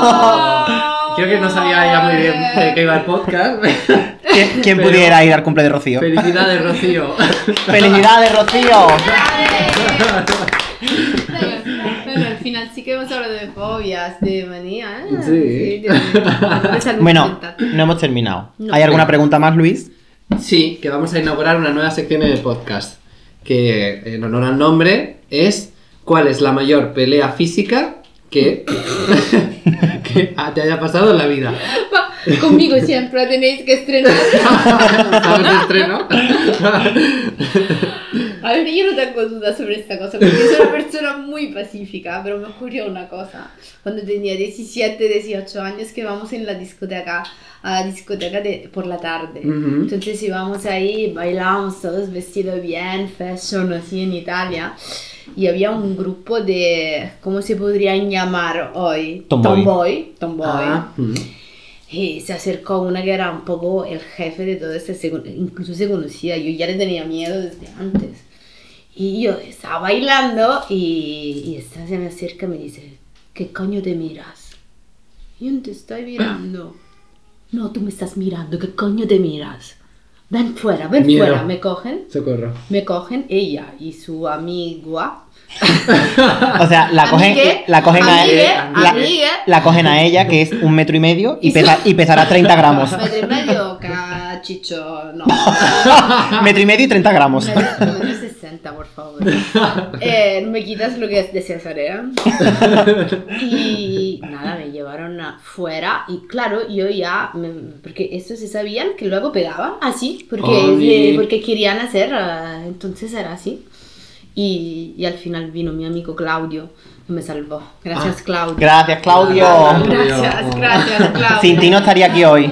Speaker 1: Oh.
Speaker 3: Creo que no sabía ya muy bien de qué iba el podcast.
Speaker 2: ¿Quién, quién
Speaker 3: Pero-
Speaker 2: pudiera ir al cumple de Rocío?
Speaker 3: Felicidades, Rocío.
Speaker 2: ¡Felicidades, Rocío!
Speaker 1: Bueno, al final sí que hemos hablado de fobias, de manía, ¿eh?
Speaker 3: Sí.
Speaker 1: de- de salud
Speaker 2: Bueno,
Speaker 1: mental.
Speaker 2: no hemos terminado.
Speaker 1: No.
Speaker 2: ¿Hay alguna pregunta más, Luis?
Speaker 3: Sí, que vamos a inaugurar una nueva sección en el podcast. Que en honor al nombre es ¿Cuál es la mayor pelea física que, que te haya pasado en la vida?
Speaker 1: Conmigo siempre tenéis que estrenar.
Speaker 3: ¿Sabes de estreno?
Speaker 1: A ver, yo no tengo dudas sobre esta cosa, porque soy una persona muy pacífica, pero me ocurrió una cosa. Cuando tenía 17, 18 años, que vamos en la discoteca, a la discoteca de, por la tarde.
Speaker 3: Ujú.
Speaker 1: Entonces íbamos ahí, bailábamos todos vestidos bien, fashion, así en Italia. Y había un grupo de, ¿cómo se podrían llamar hoy?
Speaker 2: Tomboy.
Speaker 1: Tomboy. tomboy.
Speaker 3: Ah, mm.
Speaker 1: Y se acercó una que era un poco el jefe de todo este, segun- incluso se conocía, yo ya le tenía miedo desde antes. Y yo estaba bailando y, y esta se me acerca y me dice, ¿qué coño te miras? Yo no te estoy mirando. No, tú me estás mirando, ¿qué coño te miras? Ven fuera, ven
Speaker 3: Miedo.
Speaker 1: fuera, me cogen,
Speaker 3: Socorro.
Speaker 1: me cogen ella y su amiga.
Speaker 2: O sea, la cogen,
Speaker 1: Amigue,
Speaker 2: la cogen a
Speaker 1: amigue,
Speaker 2: ella. La,
Speaker 1: amigue.
Speaker 2: la cogen a ella, que es un metro y medio, y,
Speaker 1: Y su-
Speaker 2: pesa- y pesará 30 gramos.
Speaker 1: Metro y medio, ca- salchicho, no.
Speaker 2: Metro y medio y 30 gramos.
Speaker 1: Menos 60, por favor. Eh, no me quitas lo que es de cesarea. Y nada, me llevaron afuera. Y claro, yo ya. me- porque eso se sabían que luego pegaban así. Porque,
Speaker 3: Oli.
Speaker 1: porque querían hacer. eh, entonces era así. Y, y al final vino mi amigo Claudio. y Me salvó. Gracias,
Speaker 2: Ah.
Speaker 1: Claudio.
Speaker 2: Gracias, Claudio.
Speaker 1: Gracias, gracias, Claudio.
Speaker 2: Sin ti no estaría aquí hoy.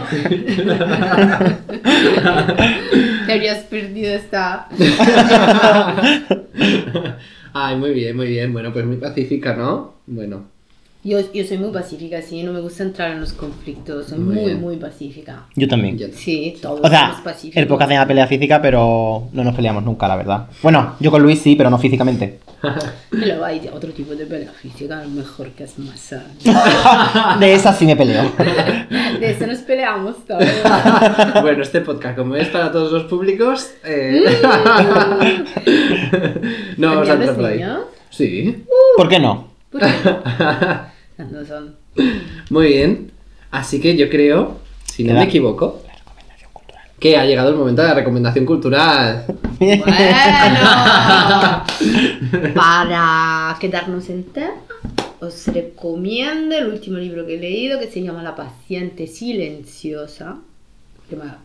Speaker 1: Te habrías perdido esta.
Speaker 3: Ay, muy bien, muy bien. Bueno, pues muy pacífica, ¿no? Bueno.
Speaker 1: Yo, yo soy muy pacífica, sí, no me gusta entrar en los conflictos, soy
Speaker 3: Muy
Speaker 1: muy, muy,
Speaker 3: bien.
Speaker 1: pacífica.
Speaker 2: Yo también.
Speaker 1: Sí, todos
Speaker 2: O sea,
Speaker 1: somos pacíficos.
Speaker 2: el podcast de la pelea física, pero no nos peleamos nunca, la verdad. Bueno, yo con Luis sí, pero no físicamente.
Speaker 1: Y luego hay otro tipo de pelea física, a lo mejor que es más... eh,
Speaker 2: De esa sí me peleo.
Speaker 1: De eso nos peleamos todos.
Speaker 3: bueno, este podcast, como es para todos los públicos, eh,
Speaker 1: Mm.
Speaker 3: no vamos a entrar por ahí.
Speaker 1: niños?
Speaker 3: Sí,
Speaker 2: ¿Por qué no?
Speaker 1: ¿Por qué? No son...
Speaker 3: muy bien. Así que yo creo, si no
Speaker 2: Queda-
Speaker 3: me equivoco, que ha llegado el momento de la recomendación cultural.
Speaker 1: Bueno, para quedarnos en tema, os recomiendo el último libro que he leído que se llama La paciente silenciosa. Tema-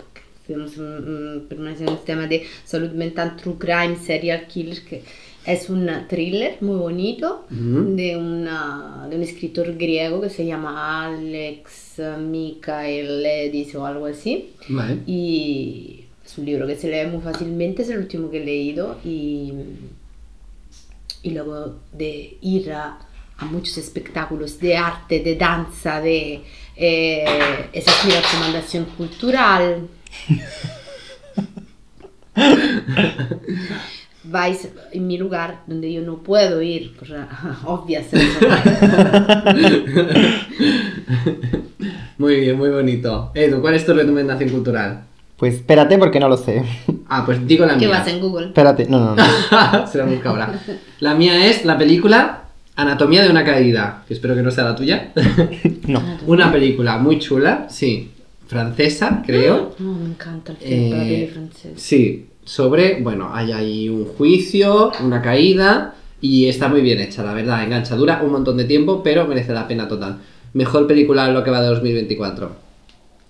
Speaker 1: Tenemos un- un- permanece en el tema de salud mental, true crime, serial killer, que es un thriller muy bonito
Speaker 3: Mm.
Speaker 1: de, una- de un escritor griego que se llama Alex Michaelidis o algo así
Speaker 3: Vale.
Speaker 1: y es un libro que se lee muy fácilmente, es el último que he leído y, y luego de ir a, a muchos espectáculos de arte, de danza, de... eh, esa es mi recomendación cultural. Vais en mi lugar donde yo no puedo ir, por obvias
Speaker 3: Muy bien, muy bonito. Edu, ¿cuál es tu recomendación cultural?
Speaker 2: Pues espérate porque no lo sé.
Speaker 3: Ah, pues digo la
Speaker 1: ¿Qué
Speaker 3: mía.
Speaker 1: vas en Google?
Speaker 2: Espérate, no, no, no.
Speaker 3: Se la busca ahora. La mía es la película Anatomía de una caída, que espero que no sea la tuya.
Speaker 1: Ah,
Speaker 2: No.
Speaker 3: Una película muy chula, sí, francesa, creo.
Speaker 1: No, me encanta el
Speaker 3: Eh,
Speaker 1: film para ver el francés.
Speaker 3: Sí, sobre, bueno, hay ahí un juicio, una caída, y está muy bien hecha, la verdad, engancha, dura un montón de tiempo, pero merece la pena total. Mejor película en lo que va de 2024.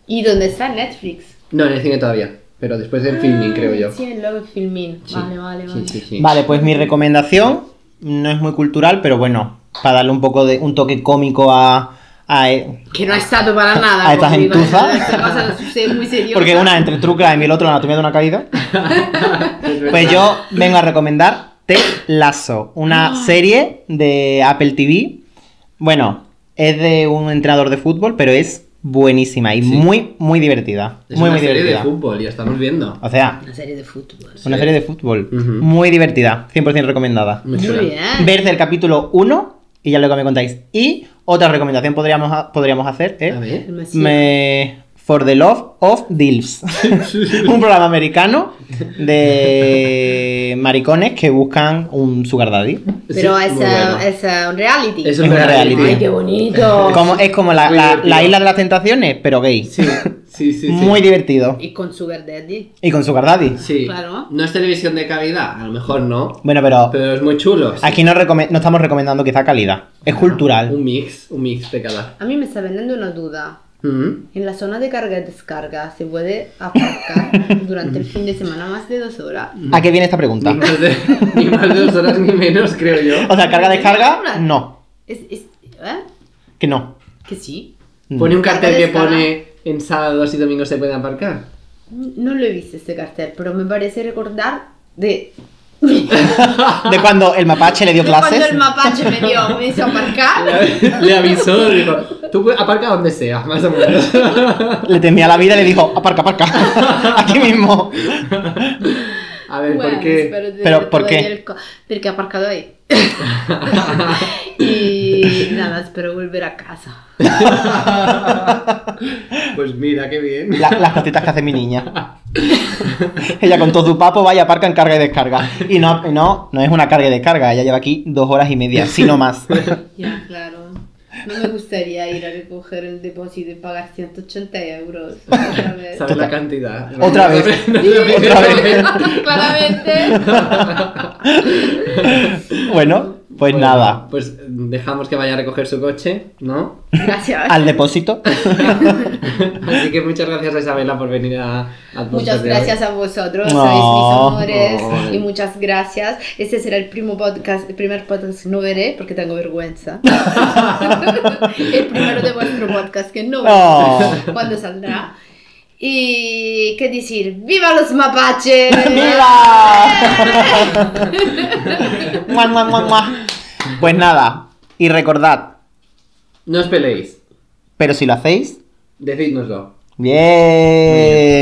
Speaker 1: ¿Y dónde está Netflix?
Speaker 3: No, en el cine todavía, pero después del filming, creo yo.
Speaker 1: Sí, el logo filmín.
Speaker 3: Sí,
Speaker 1: Vale, vale,
Speaker 3: sí,
Speaker 1: vale.
Speaker 3: sí, sí.
Speaker 2: Vale, pues mi recomendación no es muy cultural, pero bueno, para darle un poco de un toque cómico a. a- e-
Speaker 1: Que no ha estado para nada.
Speaker 2: ¿A esta
Speaker 1: porque
Speaker 2: gentuza?
Speaker 1: iba a decir una cosa sucede muy seriosa.
Speaker 2: Ah, porque una entre el True Crime y el otro la anatomía de una caída.
Speaker 3: Es verdad.
Speaker 2: Pues yo vengo a recomendar Ted Lasso, una serie de Apple TV. Bueno, es de un entrenador de fútbol, pero es buenísima y
Speaker 3: Sí.
Speaker 2: muy, muy divertida.
Speaker 3: Es
Speaker 2: muy,
Speaker 3: una
Speaker 2: muy
Speaker 3: serie
Speaker 2: divertida.
Speaker 3: de fútbol, ya estamos viendo.
Speaker 2: O sea,
Speaker 1: Una serie de fútbol.
Speaker 2: una
Speaker 3: Sí.
Speaker 2: serie de fútbol.
Speaker 3: Ujú.
Speaker 2: Muy divertida, 100% recomendada.
Speaker 3: Muy
Speaker 1: Muy
Speaker 3: chula.
Speaker 1: bien.
Speaker 2: Ver del capítulo 1 y ya luego me contáis. Y otra recomendación podríamos, ha- podríamos hacer
Speaker 3: A
Speaker 2: es
Speaker 3: ver.
Speaker 2: me- For the Love of Dilfs. un programa americano de maricones que buscan un sugar daddy.
Speaker 1: Pero
Speaker 3: Sí,
Speaker 1: es,
Speaker 3: muy bueno.
Speaker 1: eh, es eh, un reality.
Speaker 3: Es
Speaker 2: un reality.
Speaker 1: Ay, qué bonito.
Speaker 2: Como, es como la,
Speaker 3: Oh, Muy
Speaker 2: la-
Speaker 3: divertido.
Speaker 2: la isla de las tentaciones, pero gay.
Speaker 3: Sí, sí, sí. sí.
Speaker 2: Muy divertido.
Speaker 1: Y con Sugar Daddy.
Speaker 2: Y con sugar daddy.
Speaker 3: Sí.
Speaker 1: Claro.
Speaker 3: No es televisión de calidad, a lo mejor no,
Speaker 2: Bueno, pero
Speaker 3: pero es muy chulo. sí.
Speaker 2: aquí no, recome- no estamos recomendando quizá calidad. Es cultural.
Speaker 3: Un mix, un mix de cada.
Speaker 1: A mí me está vendiendo una duda.
Speaker 3: Mm.
Speaker 1: En la zona de carga y descarga se puede aparcar durante el fin de semana más de dos horas.
Speaker 2: ¿A qué viene esta pregunta?
Speaker 3: Ni, más de, ni más de dos horas ni menos, creo yo.
Speaker 2: O sea, carga-descarga, no.
Speaker 1: Es, es, ¿eh?
Speaker 2: Que no.
Speaker 1: Que sí.
Speaker 2: Mm.
Speaker 3: Pone un cartel que
Speaker 1: Carga descarga.
Speaker 3: pone en sábados y domingos se puede aparcar.
Speaker 1: No lo he visto este cartel, pero me parece recordar de
Speaker 2: De cuando el mapache le dio
Speaker 1: Yo
Speaker 2: clases.
Speaker 1: Cuando el mapache me dio, me hizo aparcar.
Speaker 3: Le, le avisó, dijo, tú pu- aparca donde sea, más o menos.
Speaker 2: Le temía la vida y le dijo, aparca, aparca. Aquí mismo.
Speaker 3: A ver,
Speaker 1: Bueno,
Speaker 3: ¿por qué?
Speaker 1: espero de-
Speaker 2: Pero,
Speaker 1: de
Speaker 2: ¿por
Speaker 1: poder
Speaker 2: qué?
Speaker 1: ir co- Porque he aparcado ahí. y nada, espero volver a casa.
Speaker 3: Pues mira, qué bien.
Speaker 2: La- las cositas que hace mi niña. ella con todo su papo va y aparca en carga y descarga. Y no, no, no es una carga y descarga. Ella lleva aquí dos horas y media, si no más.
Speaker 1: Ya, claro. No me gustaría ir a recoger el depósito y pagar 180 euros. otra vez.
Speaker 3: ¿Sabes la cantidad?
Speaker 2: Tota- Otra vez. Otra vez.
Speaker 1: Claramente.
Speaker 2: Bueno, pues
Speaker 3: Bueno,
Speaker 2: nada.
Speaker 3: Pues dejamos que vaya a recoger su coche, ¿no?
Speaker 1: Gracias.
Speaker 2: Al depósito.
Speaker 3: Así que muchas gracias a Isabela por venir a, al
Speaker 1: Muchas
Speaker 3: podcast de
Speaker 1: gracias
Speaker 3: hoy.
Speaker 1: a vosotros,
Speaker 2: No.
Speaker 1: sois mis amores
Speaker 3: No.
Speaker 1: y muchas gracias. Este será el primo podcast, el primer podcast que no veré porque tengo vergüenza. el primero de vuestro podcast que no veré
Speaker 2: No.
Speaker 1: cuando saldrá. Y qué decir, ¡viva los mapaches!
Speaker 2: ¡Viva! Mua, mua, mua, mua. Pues nada. Y recordad,
Speaker 3: No os peleéis,
Speaker 2: pero si lo hacéis,
Speaker 3: decídnoslo.
Speaker 2: bien.